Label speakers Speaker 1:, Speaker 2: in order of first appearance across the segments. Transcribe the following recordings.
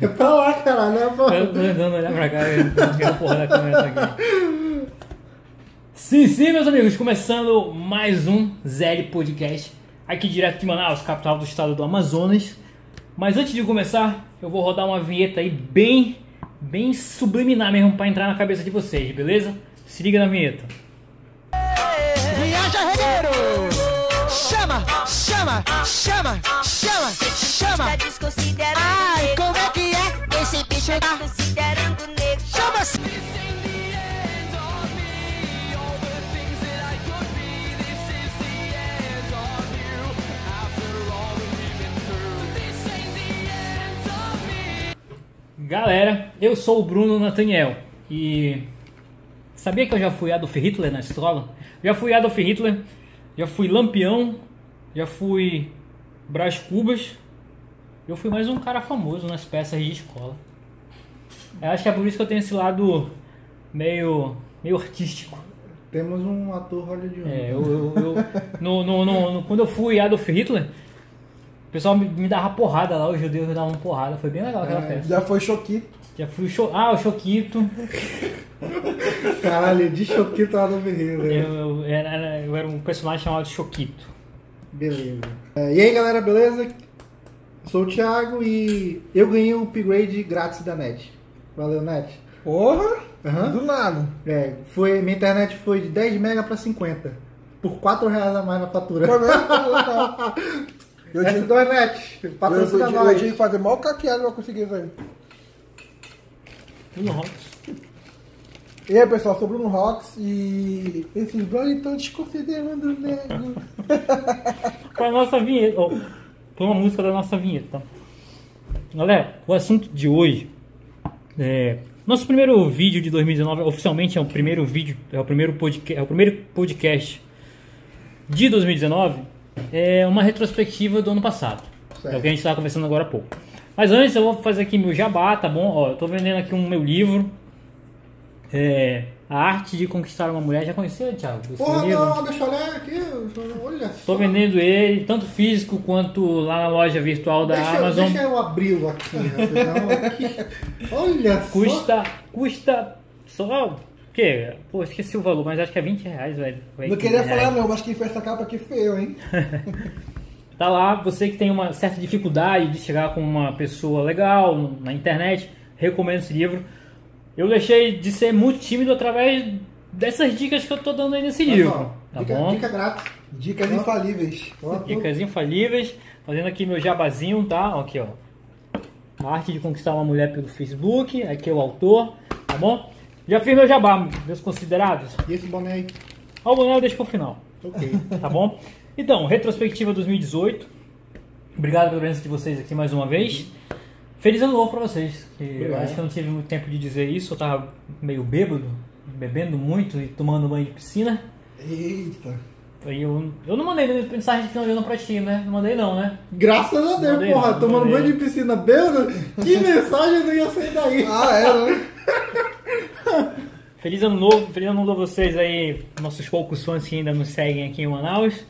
Speaker 1: É pra lá, cara, né?
Speaker 2: Eu tô tentando olhar pra cá e não quero porra da câmera aqui. Sim, sim, meus amigos, começando mais um Zé Podcast, aqui direto de Manaus, capital do estado do Amazonas. Mas antes de começar, eu vou rodar uma vinheta aí bem, bem subliminar mesmo pra entrar na cabeça de vocês, beleza? Se liga na vinheta.
Speaker 3: Viaja Regueiro! Chama, chama, chama, chama, chama!
Speaker 4: Tá desconsiderando
Speaker 3: Ai,
Speaker 4: negro,
Speaker 3: como é que é esse bicho
Speaker 4: tá
Speaker 3: tá?
Speaker 4: considerando negro.
Speaker 3: Chama-se!
Speaker 2: Galera, eu sou o Bruno Nathaniel e sabia que eu já fui Adolf Hitler na escola? Já fui Adolf Hitler, já fui Lampião, já fui Brás Cubas, eu fui mais um cara famoso nas peças de escola. Eu acho que é por isso que eu tenho esse lado meio, meio artístico.
Speaker 1: Temos um ator hollywoodiano.
Speaker 2: É, eu, eu- eu- no, no- no- no- quando eu fui Adolf Hitler, o pessoal me, me dava porrada lá, os judeus me davam porrada, foi bem legal aquela
Speaker 1: É,
Speaker 2: festa.
Speaker 1: já foi Choquito.
Speaker 2: Já fui o Cho- ah, o Choquito.
Speaker 1: Caralho, de Choquito lá do Berreiro. né?
Speaker 2: Eu, eu era, era- eu era um personagem chamado Choquito.
Speaker 1: Beleza. É, e aí, galera, beleza? Sou o Thiago e eu ganhei um upgrade grátis da NET. Valeu, NET.
Speaker 5: Porra!
Speaker 1: Aham.
Speaker 5: Do nada.
Speaker 1: É, foi, minha internet foi de 10 mega pra 50. Por 4 reais a mais na fatura.
Speaker 5: Foi mesmo? Tá. Eu tinha, eu,
Speaker 1: S2 NET,
Speaker 5: eu,
Speaker 1: patrocina
Speaker 5: tinha- eu
Speaker 1: nós.
Speaker 5: tinha que fazer mal caqueado pra conseguir isso aí.
Speaker 2: Tudo rock.
Speaker 5: E aí, pessoal, sou Bruno Rocks e esses brothers estão desconsiderando o nego.
Speaker 2: Com a nossa vinheta. ó, com a música da nossa vinheta. Galera, o assunto de hoje é. Nosso primeiro vídeo de 2019, oficialmente é o primeiro vídeo, é o primeiro podcast, é o primeiro podcast de 2019, é uma retrospectiva do ano passado.
Speaker 1: Certo.
Speaker 2: É o que a gente estava conversando agora há pouco. Mas antes eu vou fazer aqui meu jabá, tá bom? Ó, eu tô vendendo aqui um meu livro. É, a arte de conquistar uma mulher. Já conhecia, Thiago? esse
Speaker 1: Porra,
Speaker 2: livro?
Speaker 1: não, deixa eu olhar aqui. Olha só.
Speaker 2: Tô vendendo ele, tanto físico quanto lá na loja virtual da
Speaker 1: deixa, eu-
Speaker 2: Amazon.
Speaker 1: deixa eu abri-lo aqui, rapidão. aqui. Olha só.
Speaker 2: Custa. Custa. Só. O quê? Pô, esqueci o valor, mas acho que é 20 reais, velho.
Speaker 5: Não queria falar não, mas quem fez essa capa aqui foi eu, hein?
Speaker 2: Tá lá, você que tem uma certa dificuldade de chegar com uma pessoa legal na internet, recomendo esse livro. Eu deixei de ser muito tímido através dessas dicas que eu tô dando aí nesse
Speaker 1: Olha
Speaker 2: livro.
Speaker 1: só,
Speaker 2: tá
Speaker 1: dica,
Speaker 2: bom?
Speaker 1: dica grátis.
Speaker 5: Dicas infalíveis.
Speaker 1: Ó,
Speaker 2: Dicas infalíveis, fazendo aqui meu jabazinho, tá? Ó, Aqui, ó. A arte de conquistar uma mulher pelo Facebook, aqui é o autor, tá bom? Já fiz meu jabá, meus considerados.
Speaker 1: E esse boné aí?
Speaker 2: Ó, o boné deixa pro final,
Speaker 1: Ok.
Speaker 2: tá bom? Então, retrospectiva 2018. Obrigado pela presença de vocês aqui mais uma vez. Feliz ano novo pra vocês. que eu
Speaker 1: Obrigado.
Speaker 2: acho que eu não tive muito tempo de dizer isso, eu tava meio bêbado, bebendo muito e tomando banho de piscina.
Speaker 5: Eita.
Speaker 2: Aí eu, eu não mandei mensagem de final de ano pra ti, né? Não mandei não, né?
Speaker 1: Graças a Deus,
Speaker 2: Mandei,
Speaker 1: porra,
Speaker 2: não,
Speaker 1: tomando
Speaker 2: mandei.
Speaker 1: banho de piscina bêbado, que mensagem não ia sair daí?
Speaker 5: Ah, era, né?
Speaker 2: Feliz ano novo, feliz ano novo a vocês aí, nossos poucos fãs que ainda nos seguem aqui em Manaus.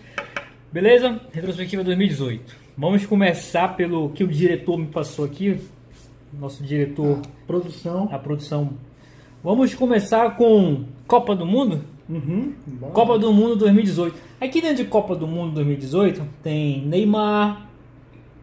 Speaker 2: Beleza? Retrospectiva 2018. Vamos começar pelo que o diretor me passou aqui, nosso diretor,
Speaker 1: Produção.
Speaker 2: a produção. Vamos começar com Copa do Mundo?
Speaker 1: Uhum. Bom.
Speaker 2: Copa do Mundo 2018. Aqui dentro de Copa do Mundo 2018 tem Neymar,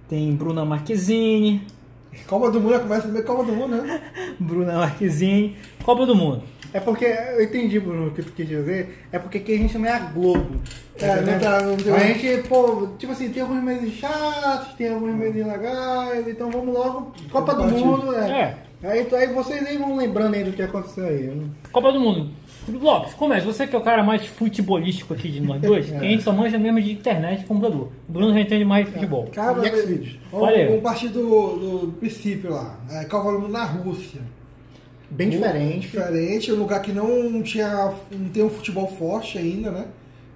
Speaker 2: tem Bruna Marquezine,
Speaker 5: Copa do Mundo, né? começa a ver Copa do Mundo, né?
Speaker 2: Bruna Marquezine, Copa do Mundo.
Speaker 1: É porque, eu entendi, Bruno, o que tu quis dizer. É porque aqui a gente não é a Globo.
Speaker 5: É,
Speaker 1: entendeu?
Speaker 5: não tá- não tem-
Speaker 1: A gente, pô, tipo assim, tem alguns meses chatos, tem alguns meses legais, então vamos logo. Copa do
Speaker 5: Compartilha.
Speaker 1: Mundo, né?
Speaker 2: É.
Speaker 1: Aí, então, aí vocês aí vão lembrando aí do que aconteceu aí. né?
Speaker 2: Copa do Mundo. Lopes, começa. Você que é o cara mais futebolístico aqui de nós dois,
Speaker 5: É.
Speaker 2: que a gente só manja mesmo de internet e computador. O Bruno já entende mais de futebol.
Speaker 5: Cara,
Speaker 1: E Xvideos?
Speaker 2: Olha aí.
Speaker 5: vamos partir do, do princípio lá. É, Copa do Mundo na Rússia.
Speaker 1: Bem diferente.
Speaker 5: Diferente, um lugar que não tinha, não tem um futebol forte ainda, né?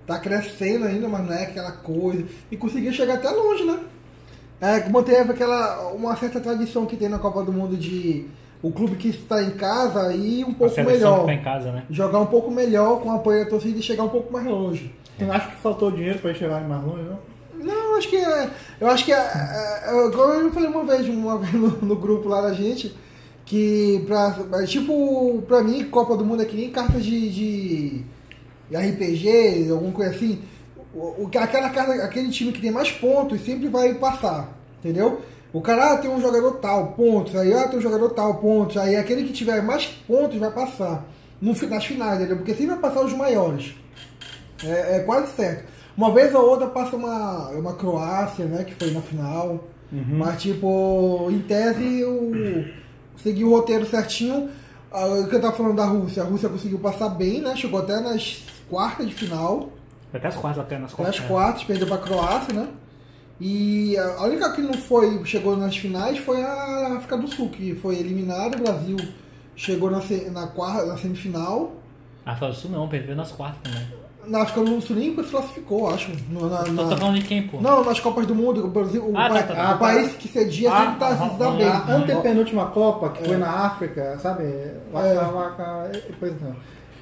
Speaker 5: Tá crescendo ainda, mas não é aquela coisa. E conseguiu chegar até longe, né? É, manteve aquela uma certa tradição que tem na Copa do Mundo de o clube que está em casa e um
Speaker 2: A
Speaker 5: pouco
Speaker 2: seleção
Speaker 5: melhor.
Speaker 2: que tá em casa, né?
Speaker 5: Jogar um pouco melhor com o apoio da torcida e chegar um pouco mais longe.
Speaker 1: Tu não acha que faltou dinheiro pra eles chegarem mais longe, não?
Speaker 5: Não, acho que é. Eu acho que é. é, é, igual eu falei uma vez, uma vez no, no grupo lá da gente, que pra, é tipo, pra mim, Copa do Mundo é que nem cartas de, de RPG, alguma coisa assim. O, o- aquela carta, aquele time que tem mais pontos sempre vai passar, entendeu? O cara ah, tem um jogador tal, pontos, aí ah, tem um jogador tal, pontos, aí aquele que tiver mais pontos vai passar. No, fi- nas finais, entendeu? Porque sempre vai passar os maiores. É, é quase certo. Uma vez ou outra passa uma, uma Croácia, né? Que foi na final. Mas, tipo, em tese, o, seguiu o roteiro certinho. Ah, O que eu tava falando da Rússia? A Rússia conseguiu passar bem, né? Chegou até nas quartas de final.
Speaker 2: Até as quatro até nas
Speaker 5: Foi
Speaker 2: quatro.
Speaker 5: às
Speaker 2: né?
Speaker 5: quartas, perdeu pra Croácia, né? E a única que não foi, chegou nas finais foi a África do Sul, que foi eliminada. O Brasil chegou na, se- na, quarta, na semifinal.
Speaker 2: Ah, falou isso não, perdeu nas quatro também.
Speaker 5: Na África do Sul nem se classificou, acho. no- na-
Speaker 2: Tô, tô
Speaker 5: na-
Speaker 2: falando de quem, pô?
Speaker 5: Não, nas Copas do Mundo, o Brasil, o,
Speaker 2: Ah, tá,
Speaker 5: pa-
Speaker 2: tá, tá.
Speaker 5: o país que cedia
Speaker 2: Ah,
Speaker 5: sempre tá,
Speaker 2: tá,
Speaker 5: se dá
Speaker 2: tá,
Speaker 5: bem.
Speaker 1: A antepenúltima Copa, que foi na África, sabe? Lá,
Speaker 5: É.
Speaker 1: lá, lá, lá, pois não.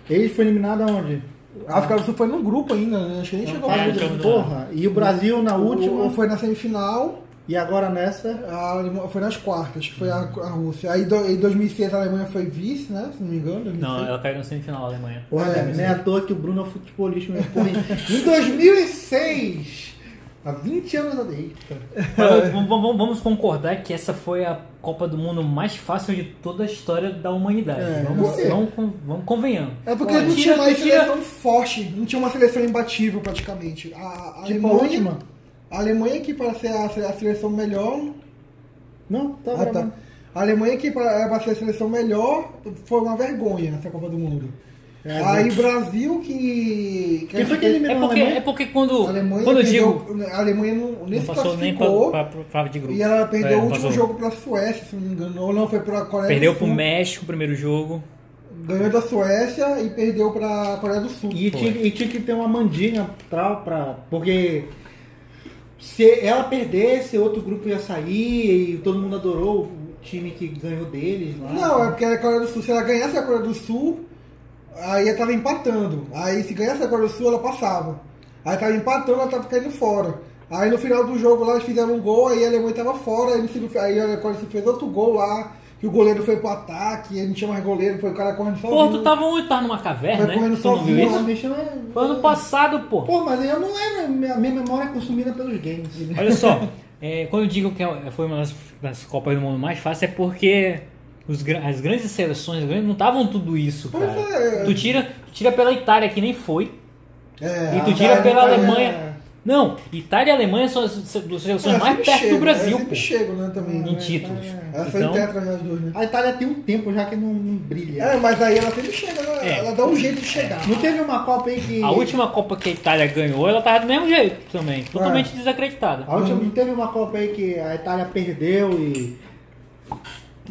Speaker 1: Ele foi eliminado aonde?
Speaker 5: A África do Sul foi no grupo ainda, né? Acho que nem Ah, chegou
Speaker 2: É,
Speaker 5: lá.
Speaker 2: então-
Speaker 5: O-
Speaker 1: Porra, e o Brasil na última,
Speaker 5: foi na semifinal,
Speaker 1: e agora né? nessa?
Speaker 5: a Alemanha- foi nas quartas, que foi a, a Rússia. Aí do- em 2006 a Alemanha foi vice, né? Se não me engano. 2006.
Speaker 2: Não, é- ela caiu na semifinal da Alemanha.
Speaker 1: Porra,
Speaker 5: É,
Speaker 1: é, nem à toa que o Bruno é futebolista mesmo. Porra, em 2006, há 20 anos atrás. Eita.
Speaker 2: Mas vamos- vamos, vamos concordar que essa foi a Copa do Mundo mais fácil de toda a história da humanidade.
Speaker 5: É,
Speaker 2: vamos,
Speaker 1: você-
Speaker 2: vamos, con- vamos convenhamos.
Speaker 5: É porque
Speaker 2: Pô,
Speaker 5: não
Speaker 2: tira-
Speaker 5: tinha mais
Speaker 2: tira-
Speaker 5: seleção forte, não tinha uma seleção imbatível praticamente. A, a
Speaker 1: Tipo a
Speaker 5: Alemanha,
Speaker 1: última?
Speaker 5: a Alemanha que para ser a, a seleção melhor
Speaker 1: Não, tá
Speaker 5: Ah, tá.
Speaker 1: gravando.
Speaker 5: A Alemanha, que pra- era pra ser a seleção melhor, foi uma vergonha nessa Copa do Mundo.
Speaker 1: É,
Speaker 5: Aí
Speaker 1: gente.
Speaker 5: Brasil, que.
Speaker 1: Quem foi que eliminou
Speaker 2: É
Speaker 1: a
Speaker 2: porque, é
Speaker 1: Alemanha?
Speaker 2: porque quando,
Speaker 5: A Alemanha,
Speaker 2: quando eu
Speaker 5: perdeu- né,
Speaker 2: digo.
Speaker 5: a Alemanha não, nem
Speaker 2: Não
Speaker 5: se
Speaker 2: passou nem
Speaker 5: classificou.
Speaker 2: pra, pra, pra de grupo.
Speaker 5: e ela perdeu
Speaker 2: É,
Speaker 5: o último
Speaker 2: passou.
Speaker 5: jogo pra Suécia, se não me engano. Ou não, foi pra Coreia
Speaker 2: Perdeu
Speaker 5: do
Speaker 2: pro
Speaker 5: Sul.
Speaker 2: México o primeiro jogo.
Speaker 5: Ganhou da Suécia e perdeu pra Coreia do Sul.
Speaker 1: E tinha, e tinha que ter uma mandinha pra, pra. Porque se ela perdesse, outro grupo ia sair e todo mundo adorou o time que ganhou deles lá.
Speaker 5: Não, é porque a Coreia do Sul, se ela ganhasse a Coreia do Sul, aí ela tava empatando. Aí se ganhasse a Coreia do Sul, ela passava. Aí tava empatando, ela tava caindo fora. Aí no final do jogo lá eles fizeram um gol, aí a Alemanha tava fora, aí, no segundo- aí a Coreia do Sul fez outro gol lá, que o goleiro foi pro ataque, aí não tinha mais goleiro, foi o cara correndo sozinho.
Speaker 2: Pô, tu tava onde? Tava numa caverna,
Speaker 5: Vai
Speaker 2: né?
Speaker 5: correndo
Speaker 2: Tu não viu
Speaker 5: sozinho,
Speaker 1: Porra,
Speaker 2: isso?
Speaker 5: né?
Speaker 1: bicho, não é-
Speaker 2: Foi ano passado, pô.
Speaker 1: Pô, mas eu não lembro, minha, minha memória é consumida pelos games. né?
Speaker 2: Olha só, é, quando eu digo que é- foi uma das, das Copas do Mundo mais fácil, é porque os gra- as grandes seleções as grandes, não estavam tudo isso,
Speaker 5: Pois
Speaker 2: cara.
Speaker 5: é.
Speaker 2: Tu tira, tu tira pela Itália, que nem foi,
Speaker 5: É,
Speaker 2: e tu
Speaker 5: a
Speaker 2: tira
Speaker 5: Itália-
Speaker 2: pela
Speaker 5: a
Speaker 2: Alemanha. é
Speaker 1: É,
Speaker 5: Itália-
Speaker 2: Não, Itália e Alemanha são as se- duas seleções
Speaker 5: Ela
Speaker 2: mais
Speaker 5: sempre
Speaker 2: perto
Speaker 5: chega,
Speaker 2: do Brasil,
Speaker 5: ela
Speaker 2: pô,
Speaker 5: sempre chega, né, também.
Speaker 2: em títulos.
Speaker 5: Ela foi
Speaker 2: Então,
Speaker 5: tetra já as duas, né?
Speaker 1: A Itália tem um tempo já que não, não brilha.
Speaker 5: É, mas aí ela sempre chega, ela,
Speaker 2: É.
Speaker 5: ela dá um jeito de chegar.
Speaker 1: Não teve uma Copa aí que.
Speaker 2: a última Copa que a Itália ganhou, ela tava do mesmo jeito
Speaker 5: É.
Speaker 2: também, totalmente desacreditada.
Speaker 1: a última- não teve uma Copa aí que a Itália perdeu e.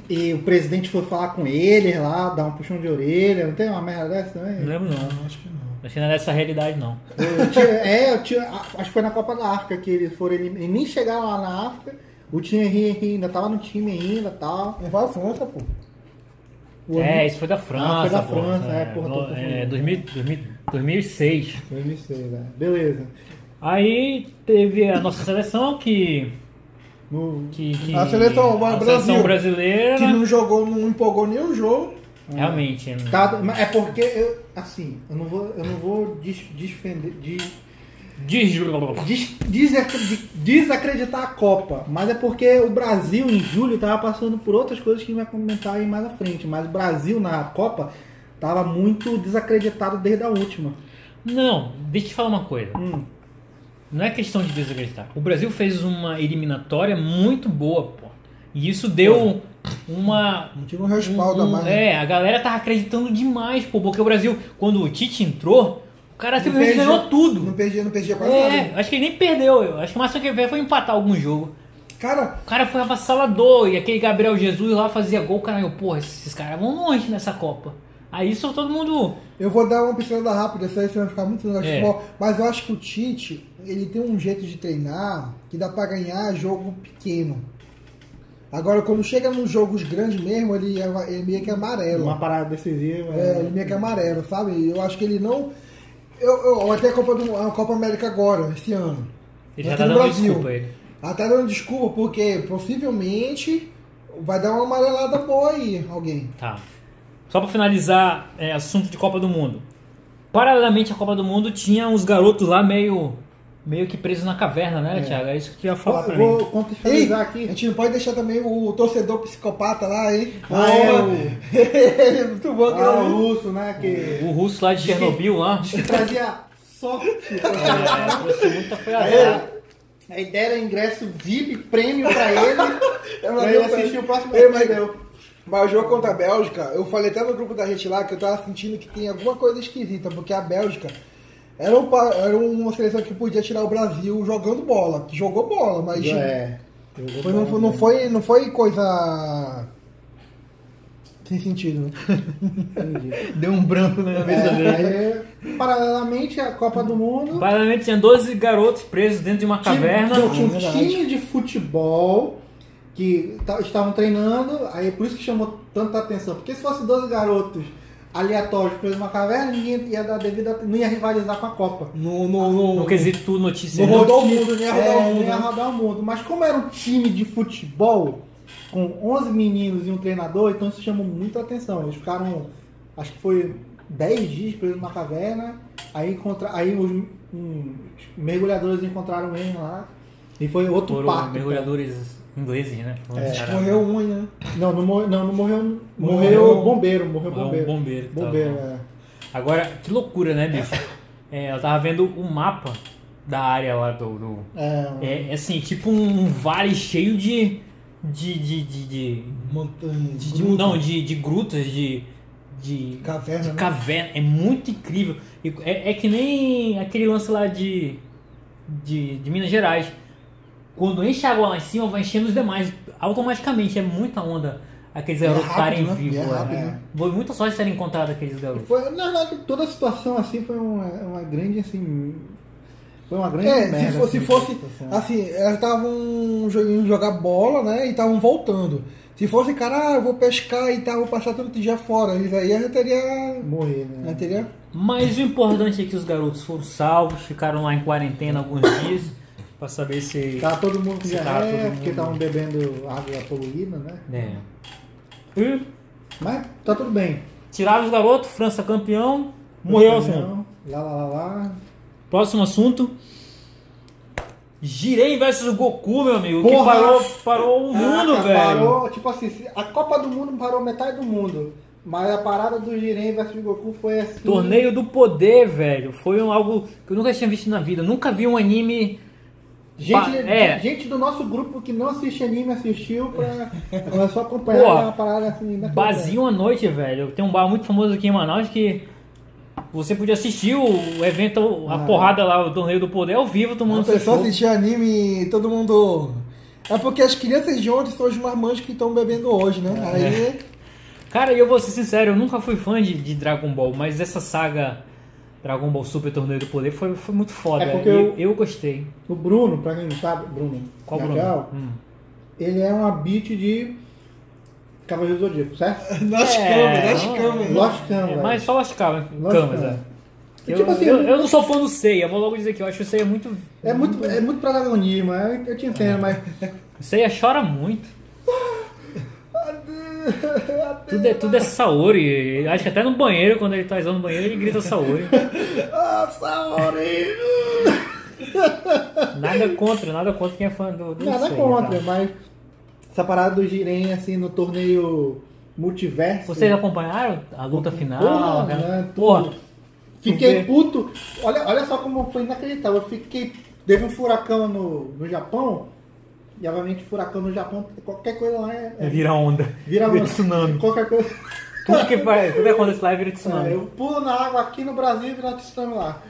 Speaker 1: E o presidente foi falar com ele lá, dar um puxão de orelha. Não tem uma merda dessa também?
Speaker 2: Não lembro não,
Speaker 5: Acho que não.
Speaker 2: acho que não é dessa realidade não.
Speaker 1: Eu tinha- é, eu tinha- acho que foi na Copa da África que eles foram elim- e nem chegaram lá na África. O Thierry Henry ainda tava no time ainda tal.
Speaker 5: Não É, vai a França, pô.
Speaker 1: O
Speaker 2: É,
Speaker 1: Henry-
Speaker 2: isso foi da França.
Speaker 1: né? foi da
Speaker 2: pô.
Speaker 1: França, é, porra, tô
Speaker 2: É,
Speaker 1: confundindo.
Speaker 2: 2000, 2000, 2006.
Speaker 1: 2006, né? Beleza.
Speaker 2: Aí teve a nossa seleção que.
Speaker 1: No-
Speaker 2: que, que-
Speaker 5: A seleção,
Speaker 2: a seleção
Speaker 5: o Brasil.
Speaker 2: brasileira.
Speaker 5: Que não jogou, não empolgou nenhum jogo.
Speaker 2: Realmente. né?
Speaker 1: tá, mas é porque eu, assim, eu não vou, eu não vou des- desfender- de-
Speaker 2: Diz-
Speaker 1: des- desacredi- desacreditar a Copa, mas é porque o Brasil em julho tava passando por outras coisas que a gente vai comentar aí mais à frente, mas o Brasil na Copa tava muito desacreditado desde a última.
Speaker 2: Não, deixa eu te falar uma coisa. Não é questão de desacreditar. O Brasil fez uma eliminatória muito boa, pô. E isso deu uma.
Speaker 5: Não tinha um respaldo a mais. né?
Speaker 2: É, a galera tava acreditando demais, pô. Porque o Brasil, quando o Tite entrou, o cara simplesmente
Speaker 5: perdi-
Speaker 2: ganhou tudo.
Speaker 5: Não perdia, não perdia quase
Speaker 2: É,
Speaker 5: nada.
Speaker 2: acho que ele nem perdeu. Eu acho que o máximo que ele fez foi empatar algum jogo.
Speaker 5: Cara,
Speaker 2: O cara foi avassalador e aquele Gabriel Jesus lá fazia gol, caralho. Porra, esses caras vão longe nessa Copa. Aí isso todo mundo.
Speaker 5: eu vou dar uma pincelada rápida, isso aí você vai ficar muito legal de
Speaker 2: É.
Speaker 5: futebol. Mas eu acho que o Tite, ele tem um jeito de treinar que dá pra ganhar jogo pequeno. Agora, quando chega nos jogos grandes mesmo, ele, é- ele meio que amarela.
Speaker 1: Uma parada decisiva.
Speaker 5: É, ele meio que é amarelo, sabe? Eu acho que ele não. Eu, eu, até a Copa, do, a Copa América agora, esse ano.
Speaker 2: Ele já
Speaker 5: Aqui
Speaker 2: tá
Speaker 5: no
Speaker 2: dando
Speaker 5: Brasil.
Speaker 2: desculpa ele.
Speaker 5: Ela tá dando desculpa porque possivelmente vai dar uma amarelada boa aí, alguém.
Speaker 2: Tá. Só pra finalizar, é, assunto de Copa do Mundo. Paralelamente à Copa do Mundo, tinha uns garotos lá meio, meio que presos na caverna, né, Thiago? É isso que tu ia falar pra
Speaker 1: vou
Speaker 2: mim.
Speaker 1: vou contextualizar
Speaker 5: a
Speaker 1: aqui.
Speaker 5: gente não pode deixar também o torcedor psicopata lá, hein?
Speaker 1: Ah, é,
Speaker 5: Porra. Ele é muito bom,
Speaker 1: Ah,
Speaker 5: cara.
Speaker 1: o russo, né? Que,
Speaker 2: O russo lá de Chernobyl lá.
Speaker 5: É.
Speaker 1: que trazia sorte.
Speaker 2: É, trouxe muita foi
Speaker 1: Aí,
Speaker 2: azar.
Speaker 1: A ideia era ingresso VIP, prêmio pra ele.
Speaker 5: Eu
Speaker 1: pra
Speaker 5: mandei
Speaker 1: ele
Speaker 5: pra
Speaker 1: assistir
Speaker 5: ele.
Speaker 1: o próximo
Speaker 5: É Ei,
Speaker 1: jogo.
Speaker 5: mas-
Speaker 1: que deu.
Speaker 5: Mas o jogo contra a Bélgica, eu falei até no grupo da gente lá que eu tava sentindo que tem alguma coisa esquisita, porque a Bélgica era, um pa- era uma seleção que podia tirar o Brasil jogando bola, que jogou bola, mas
Speaker 1: É. né?
Speaker 5: foi- não, foi- não foi, não foi coisa sem sentido. né?
Speaker 6: Deu um branco na cabeça dele.
Speaker 1: Aí, é, paralelamente à Copa do Mundo,
Speaker 2: Paralelamente tinha 12 garotos presos dentro de uma caverna.
Speaker 1: Tinha, tinha um
Speaker 5: Ah, é
Speaker 1: time de futebol que ta- estavam treinando, aí é por isso que chamou tanta atenção. Porque se fosse 12 garotos aleatórios presos numa caverna, ninguém ia dar devida, não ia rivalizar com a Copa.
Speaker 5: No, no, no-
Speaker 2: No quesito notícia.
Speaker 5: No rodou
Speaker 1: Não
Speaker 5: o
Speaker 1: tinha-
Speaker 5: mundo, né?
Speaker 1: é,
Speaker 5: Rodou o mundo,
Speaker 1: não ia
Speaker 5: né?
Speaker 1: rodar o mundo. Mas como era um time de futebol com 11 meninos e um treinador, então isso chamou muita atenção. Eles ficaram, acho que foi 10 dias presos numa caverna, aí, encontra, aí os um, os mergulhadores encontraram eles lá. E foi outro
Speaker 2: Foram
Speaker 1: parto. então.
Speaker 2: mergulhadores ingleses, né? Cara,
Speaker 5: Morreu um, né?
Speaker 1: Não, não, mor- não, não morreu. Morreu,
Speaker 5: Morreu-
Speaker 1: bombeiro, morreu,
Speaker 2: morreu um
Speaker 1: bombeiro.
Speaker 2: bombeiro, tá
Speaker 1: Bombeiro,
Speaker 2: bom.
Speaker 1: é.
Speaker 2: Agora, que loucura, né, bicho? É, eu tava vendo o mapa da área lá do- do,
Speaker 1: É, um-
Speaker 2: É, é assim, tipo um vale cheio de. de. de. de. de,
Speaker 5: Montanha.
Speaker 2: de- de-
Speaker 5: gruta,
Speaker 2: não, de, de grutas, de. de.
Speaker 5: Caverna.
Speaker 2: de
Speaker 5: né?
Speaker 2: caverna. É muito incrível. E É, é que nem aquele lance lá de, de. de Minas Gerais. Quando enche a água lá em cima, vai enchendo os demais. Automaticamente, é muita onda aqueles
Speaker 5: É
Speaker 2: garotos estarem
Speaker 5: rápido, né?
Speaker 2: vivos.
Speaker 5: É
Speaker 2: lá.
Speaker 5: rápido, né?
Speaker 2: Foi muita sorte terem encontrado aqueles garotos.
Speaker 1: Foi, na verdade, toda a situação assim foi uma, uma grande assim. Foi uma grande
Speaker 5: É,
Speaker 1: merda,
Speaker 5: se fosse,
Speaker 1: assim,
Speaker 5: se fosse
Speaker 1: situação.
Speaker 5: assim, elas estavam jo- indo jogar bola, né? E estavam voltando. Se fosse, cara, ah, eu vou pescar e tal, vou passar tanto dia fora. Eles aí já teria.
Speaker 1: morrer,
Speaker 5: Já
Speaker 1: né?
Speaker 5: teria.
Speaker 2: Mas o importante é que os garotos foram salvos, ficaram lá em quarentena alguns dias, pra saber se.
Speaker 1: Tava Tá todo mundo com
Speaker 2: Se tava tá todo
Speaker 1: diarreia,
Speaker 2: mundo-
Speaker 1: porque estavam bebendo água poluída, né?
Speaker 2: É. E
Speaker 1: Mas tá tudo bem.
Speaker 2: tiraram os garotos, França campeão, morreu o assunto.
Speaker 1: Então, Lá, lá, lá, lá.
Speaker 2: Próximo assunto. Girei versus Goku, meu amigo. Que
Speaker 1: Porra!
Speaker 2: parou, parou o mundo,
Speaker 1: Caraca,
Speaker 2: velho.
Speaker 1: Parou, tipo assim, se- a Copa do Mundo parou metade do mundo. Mas a parada do Jiren versus Goku foi assim.
Speaker 2: Torneio do Poder, velho. Foi um- algo que eu nunca tinha visto na vida. Nunca vi um anime.
Speaker 1: Gente,
Speaker 2: Pa- é.
Speaker 1: gente do nosso grupo que não assiste anime assistiu pra começou a acompanhar
Speaker 2: Porra.
Speaker 1: uma parada assim na
Speaker 2: Barzinho à noite, velho. Tem um bar muito famoso aqui em Manaus que você podia assistir o evento, a
Speaker 1: Ah.
Speaker 2: porrada lá, o Torneio do Poder ao vivo,
Speaker 5: O
Speaker 2: tomando seu
Speaker 5: pessoal
Speaker 2: chopp.
Speaker 5: assistia anime e todo mundo. É porque as crianças de ontem são os marmanjos que estão bebendo hoje, né?
Speaker 1: É.
Speaker 5: Aí.
Speaker 2: Cara, e eu vou ser sincero, eu nunca fui fã de, de Dragon Ball, mas essa saga Dragon Ball Super Torneio do Poder foi, foi muito foda.
Speaker 1: É porque
Speaker 2: eu, eu gostei.
Speaker 1: O Bruno, pra quem não sabe, Bruno.
Speaker 2: Qual o
Speaker 1: Gabriel,
Speaker 2: Bruno? Hum.
Speaker 1: Ele é um beat de Cavaleiro do Zodíaco, certo?
Speaker 5: Nós
Speaker 2: É,
Speaker 5: câmeras,
Speaker 2: não,
Speaker 1: Ah,
Speaker 5: nós câmeras.
Speaker 1: Lógico que
Speaker 2: É,
Speaker 1: não,
Speaker 2: mas
Speaker 1: velho.
Speaker 2: só Lost Camas.
Speaker 1: Lost
Speaker 2: Camas,
Speaker 1: Canvas.
Speaker 2: é.
Speaker 1: É
Speaker 2: Eu,
Speaker 1: tipo assim,
Speaker 2: eu, eu não sou fã do Seiya, vou logo dizer que eu acho o Seiya muito...
Speaker 1: É muito, é muito protagonismo, é, eu te entendo, mas.
Speaker 2: O Seiya chora muito. Tudo é, tudo é Saori. Acho que até no banheiro, quando ele tá usando no banheiro, ele grita Saori.
Speaker 1: Ah, Saori!
Speaker 2: Nada contra, nada contra quem é fã do, do
Speaker 1: Nada
Speaker 2: Seiya,
Speaker 1: contra,
Speaker 2: tá?
Speaker 1: mas. Essa parada do Jiren, assim, no torneio multiverso.
Speaker 2: Vocês acompanharam a luta final?
Speaker 1: Porra,
Speaker 2: né?
Speaker 1: né? Tudo.
Speaker 2: Porra,
Speaker 1: Fiquei
Speaker 2: Tu vê.
Speaker 1: puto. Olha, olha só como foi inacreditável. Eu fiquei. Teve um furacão no, no Japão. E obviamente furacão no Japão, qualquer coisa lá é. é-
Speaker 6: Vira onda.
Speaker 1: vira uma-
Speaker 6: tsunami.
Speaker 1: Qualquer coisa.
Speaker 2: tudo que faz, tudo que acontece lá vira
Speaker 1: É,
Speaker 2: tsunami.
Speaker 1: eu pulo na água aqui no Brasil e vira um tsunami lá.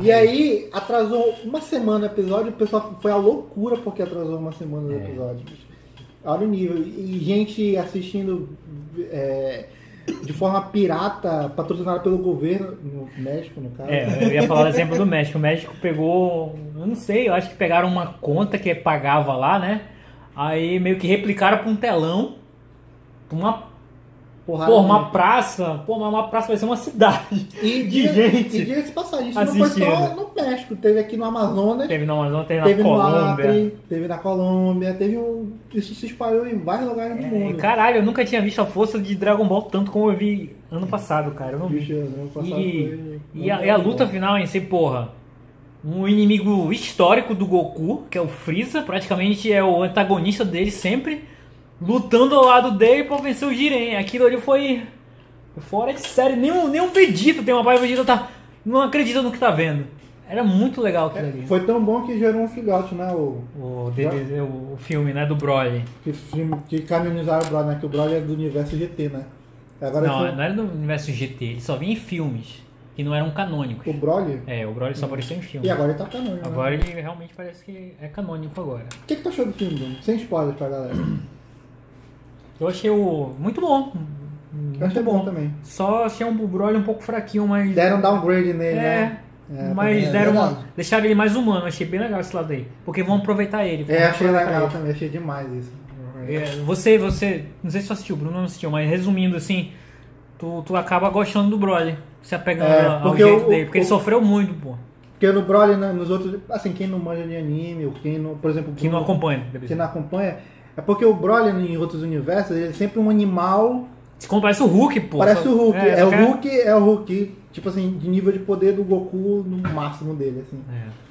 Speaker 1: E aí, atrasou uma semana o episódio, o pessoal foi a loucura porque atrasou uma semana o episódio. bicho. Olha o nível. E gente assistindo é, de forma pirata, patrocinada pelo governo, no México, no caso.
Speaker 2: É, eu ia falar o exemplo do México. O México pegou, eu não sei, eu acho que pegaram uma conta que pagava lá, né? Aí meio que replicaram pra um telão, pra uma
Speaker 1: Porrada
Speaker 2: Pô,
Speaker 1: mesmo.
Speaker 2: uma praça, pô, mas uma praça vai ser uma cidade.
Speaker 1: E
Speaker 2: de
Speaker 1: diga-
Speaker 2: gente
Speaker 1: E diga de passagem, isso não foi só
Speaker 2: assistindo.
Speaker 1: no México, teve aqui no Amazonas,
Speaker 2: Teve na Amazônia, teve,
Speaker 1: teve
Speaker 2: na
Speaker 1: no
Speaker 2: Colômbia.
Speaker 1: Acre, teve na Colômbia, teve um... Isso se espalhou em vários lugares do
Speaker 2: É,
Speaker 1: mundo.
Speaker 2: Caralho, eu nunca tinha visto a força de Dragon Ball tanto como eu vi ano passado, cara. Eu não vi.
Speaker 1: Bicho, ano passado
Speaker 2: E,
Speaker 1: foi-
Speaker 2: e a, e a luta final em si, porra. Um inimigo histórico do Goku, que é o Freeza, praticamente é o antagonista dele sempre, lutando ao lado dele pra vencer o Jiren. Aquilo ali foi fora de série. Nem o, nem o Vegeta tem uma parte, o Vegeta tá, não acredita no que tá vendo. Era muito legal aquilo ali.
Speaker 1: Foi tão bom que gerou um filhote, né? O,
Speaker 2: O, DVD, o filme, né, do Broly.
Speaker 1: que, filme- que canonizaram o Broly, né? Que o Broly é do universo GT, né? Agora
Speaker 2: Não,
Speaker 1: esse-
Speaker 2: não era do universo GT, ele só vinha em filmes que não eram canônicos.
Speaker 1: o Broly...
Speaker 2: É, o Broly só apareceu em filme.
Speaker 1: E agora ele tá canônico, né?
Speaker 2: Agora ele realmente parece que é canônico agora.
Speaker 1: O que, que tu achou do filme, Bruno? Sem spoilers pra galera.
Speaker 2: Eu achei o. muito bom.
Speaker 1: Eu
Speaker 5: é
Speaker 1: achei bom também.
Speaker 2: Só achei um Broly um pouco fraquinho, mas.
Speaker 1: Deram downgrade nele,
Speaker 2: É.
Speaker 1: né? É,
Speaker 2: mas
Speaker 1: também é
Speaker 2: deram uma.
Speaker 5: verdade.
Speaker 2: Deixaram ele mais humano, achei bem legal esse lado aí. Porque vão aproveitar ele.
Speaker 1: É,
Speaker 2: vão
Speaker 1: achei
Speaker 2: aproveitar
Speaker 1: legal
Speaker 2: ele.
Speaker 1: também, achei demais isso.
Speaker 2: É, Você, você. Não sei se você assistiu, Bruno não assistiu, mas resumindo assim, tu, tu acaba gostando do Broly. Você apega
Speaker 1: É,
Speaker 2: ao- ao
Speaker 1: porque
Speaker 2: jeito
Speaker 1: o-
Speaker 2: dele, porque ele
Speaker 1: o-
Speaker 2: sofreu muito, pô.
Speaker 1: Porque no Broly, né, nos outros, assim, quem não manja de anime, ou quem não, por exemplo,
Speaker 2: Que não
Speaker 1: Bruno,
Speaker 2: acompanha.
Speaker 1: quem não acompanha, é porque o Broly em outros universos, ele é sempre um animal,
Speaker 2: Se como parece o Hulk, pô.
Speaker 1: parece
Speaker 2: Só-
Speaker 1: o Hulk. É,
Speaker 2: só
Speaker 1: o
Speaker 2: que é-
Speaker 1: Hulk, é o Hulk, tipo assim, de nível de poder do Goku no máximo dele, assim.
Speaker 2: É.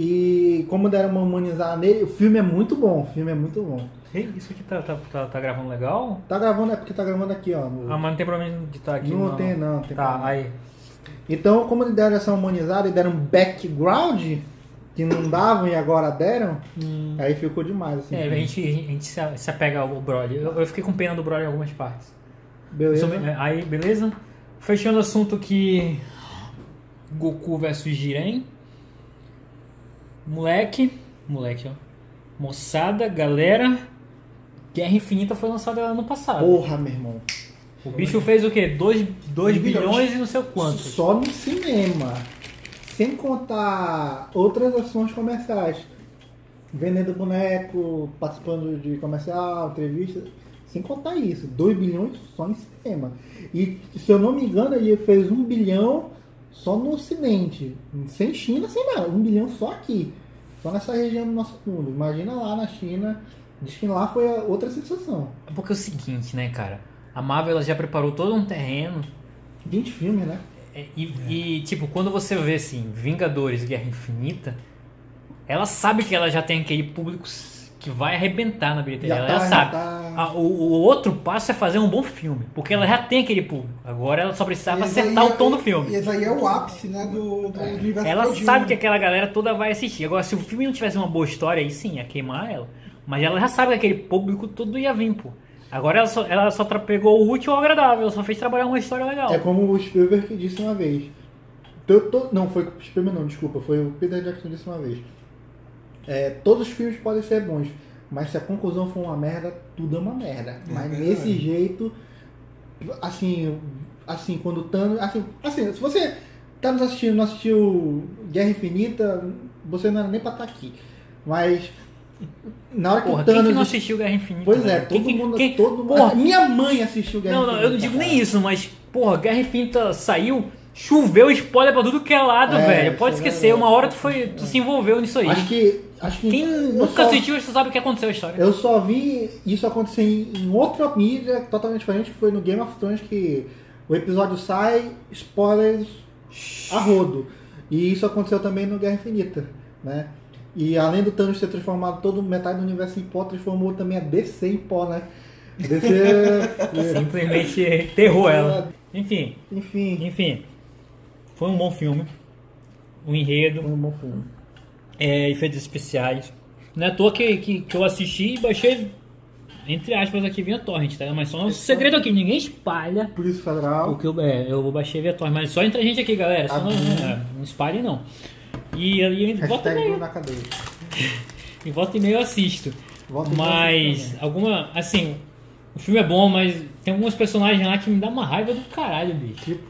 Speaker 1: E como deram uma humanizada nele, o filme é muito bom, o filme é muito bom.
Speaker 2: Ei, Isso aqui tá, tá, tá, tá gravando legal?
Speaker 1: Tá gravando, é porque tá gravando aqui, ó. no-
Speaker 2: Ah, mas não tem problema de estar aqui.
Speaker 1: Não tem, não, tem
Speaker 2: Tá,
Speaker 1: problema.
Speaker 2: aí.
Speaker 1: Então, como eles deram essa humanizada e deram um background que não davam e agora deram, aí ficou demais. Assim,
Speaker 2: Hum. É, a gente, a gente se se apega ao Broly. Eu, eu fiquei com pena do Broly em algumas partes.
Speaker 1: Beleza.
Speaker 2: Sobre- é, Aí, beleza? Fechando o assunto que Goku versus Jiren. Moleque. Moleque, ó. Moçada, galera. Guerra Infinita foi lançada ano passado.
Speaker 1: Porra, meu irmão.
Speaker 2: O bicho fez o quê? 2
Speaker 5: Dois bilhões.
Speaker 2: bilhões e não sei quantos.
Speaker 1: Só no cinema. Sem contar outras ações comerciais. Vendendo boneco, participando de comercial, entrevista. Sem contar isso. 2 bilhões só em cinema. E se eu não me engano, ele fez 1 bilhão só no ocidente. Sem China, sem nada. 1 bilhão só aqui. Só nessa região do nosso mundo. Imagina lá na China. Diz que lá foi a outra sensação.
Speaker 2: É porque é o seguinte, né, cara? A Marvel ela já preparou todo um terreno
Speaker 1: 20 filmes, né?
Speaker 2: É, E, e, tipo, quando você vê assim, Vingadores Guerra Infinita, ela sabe que ela já tem aquele público s- que vai arrebentar na bilheteria.
Speaker 1: Já
Speaker 2: ela
Speaker 1: tá,
Speaker 2: já
Speaker 1: já
Speaker 2: sabe.
Speaker 1: tá.
Speaker 2: A- o, o outro passo é fazer um bom filme, porque ela já tem aquele público. Agora ela só precisava
Speaker 5: Esse aí
Speaker 2: acertar
Speaker 5: é-
Speaker 2: o tom do filme.
Speaker 5: Esse aí é o ápice, né, do,
Speaker 1: É.
Speaker 5: do universo
Speaker 2: Ela
Speaker 5: todinho.
Speaker 2: sabe que é aquela galera toda vai assistir. Agora, se o filme não tivesse uma boa história, aí sim, ia queimar ela. Mas ela já sabe que aquele público todo ia vir, pô. Agora ela só, ela só tra- pegou o útil ao agradável, ela só fez trabalhar uma história legal.
Speaker 1: É como o Spielberg que disse uma vez. To- to- não, foi o Spielberg não, desculpa. Foi o Peter Jackson que disse uma vez. É, todos os filmes podem ser bons, mas se a conclusão for uma merda, tudo é uma merda. Mas
Speaker 5: verdade.
Speaker 1: nesse jeito, assim, assim, quando Thanos... Assim, assim, se você tá nos assistindo, não assistiu Guerra Infinita, você não era nem pra estar aqui. Mas... Na hora que
Speaker 2: Porra,
Speaker 1: o
Speaker 2: quem
Speaker 1: Thanos...
Speaker 2: que não assistiu Guerra Infinita?
Speaker 1: Pois é,
Speaker 2: velho?
Speaker 1: todo
Speaker 2: Quem que-
Speaker 1: mundo...
Speaker 2: quem-
Speaker 1: todo mundo
Speaker 2: Porra,
Speaker 1: minha mãe assistiu Guerra
Speaker 2: não, não,
Speaker 1: Infinita.
Speaker 2: eu não digo
Speaker 1: cara.
Speaker 2: nem isso, mas, porra, Guerra Infinita saiu, choveu spoiler pra tudo que é lado,
Speaker 1: É,
Speaker 2: velho. Pode
Speaker 1: isso é
Speaker 2: esquecer,
Speaker 1: verdade.
Speaker 2: uma hora tu, foi, tu se envolveu nisso aí.
Speaker 1: Acho que... Acho que
Speaker 2: É Quem
Speaker 1: eu
Speaker 2: nunca
Speaker 1: só-
Speaker 2: assistiu, você sabe o que aconteceu a história.
Speaker 1: Eu só vi isso acontecer em em outra mídia totalmente diferente, que foi no Game of Thrones, que o episódio sai, spoilers a rodo. E isso aconteceu também no Guerra Infinita, né? E além do Thanos ter transformado todo metade do universo em pó, transformou também a DC em pó, né? DC, é,
Speaker 2: Simplesmente enterrou ela. Enfim,
Speaker 1: enfim,
Speaker 2: enfim. Foi um bom filme. Um
Speaker 1: foi
Speaker 2: enredo,
Speaker 1: um bom filme.
Speaker 2: é, efeitos especiais. Não é à toa que, que, que eu assisti e baixei, entre aspas, aqui via torrent, tá? Mas só um segredo aqui, ninguém espalha.
Speaker 1: Polícia Federal,
Speaker 2: O que eu, é, eu baixei via Torre, mas só entre a gente aqui, galera. Só
Speaker 1: Ah,
Speaker 2: não, é, não espalhe, não. E aí, volta e
Speaker 1: hashtag Bruno
Speaker 2: meia.
Speaker 1: na cadeia.
Speaker 2: E volta e meia eu assisto.
Speaker 1: Volta e meia eu assisto
Speaker 2: mas, alguma. Assim, o filme é bom, mas tem alguns personagens lá que me dá uma raiva do caralho, bicho.
Speaker 1: Tipo?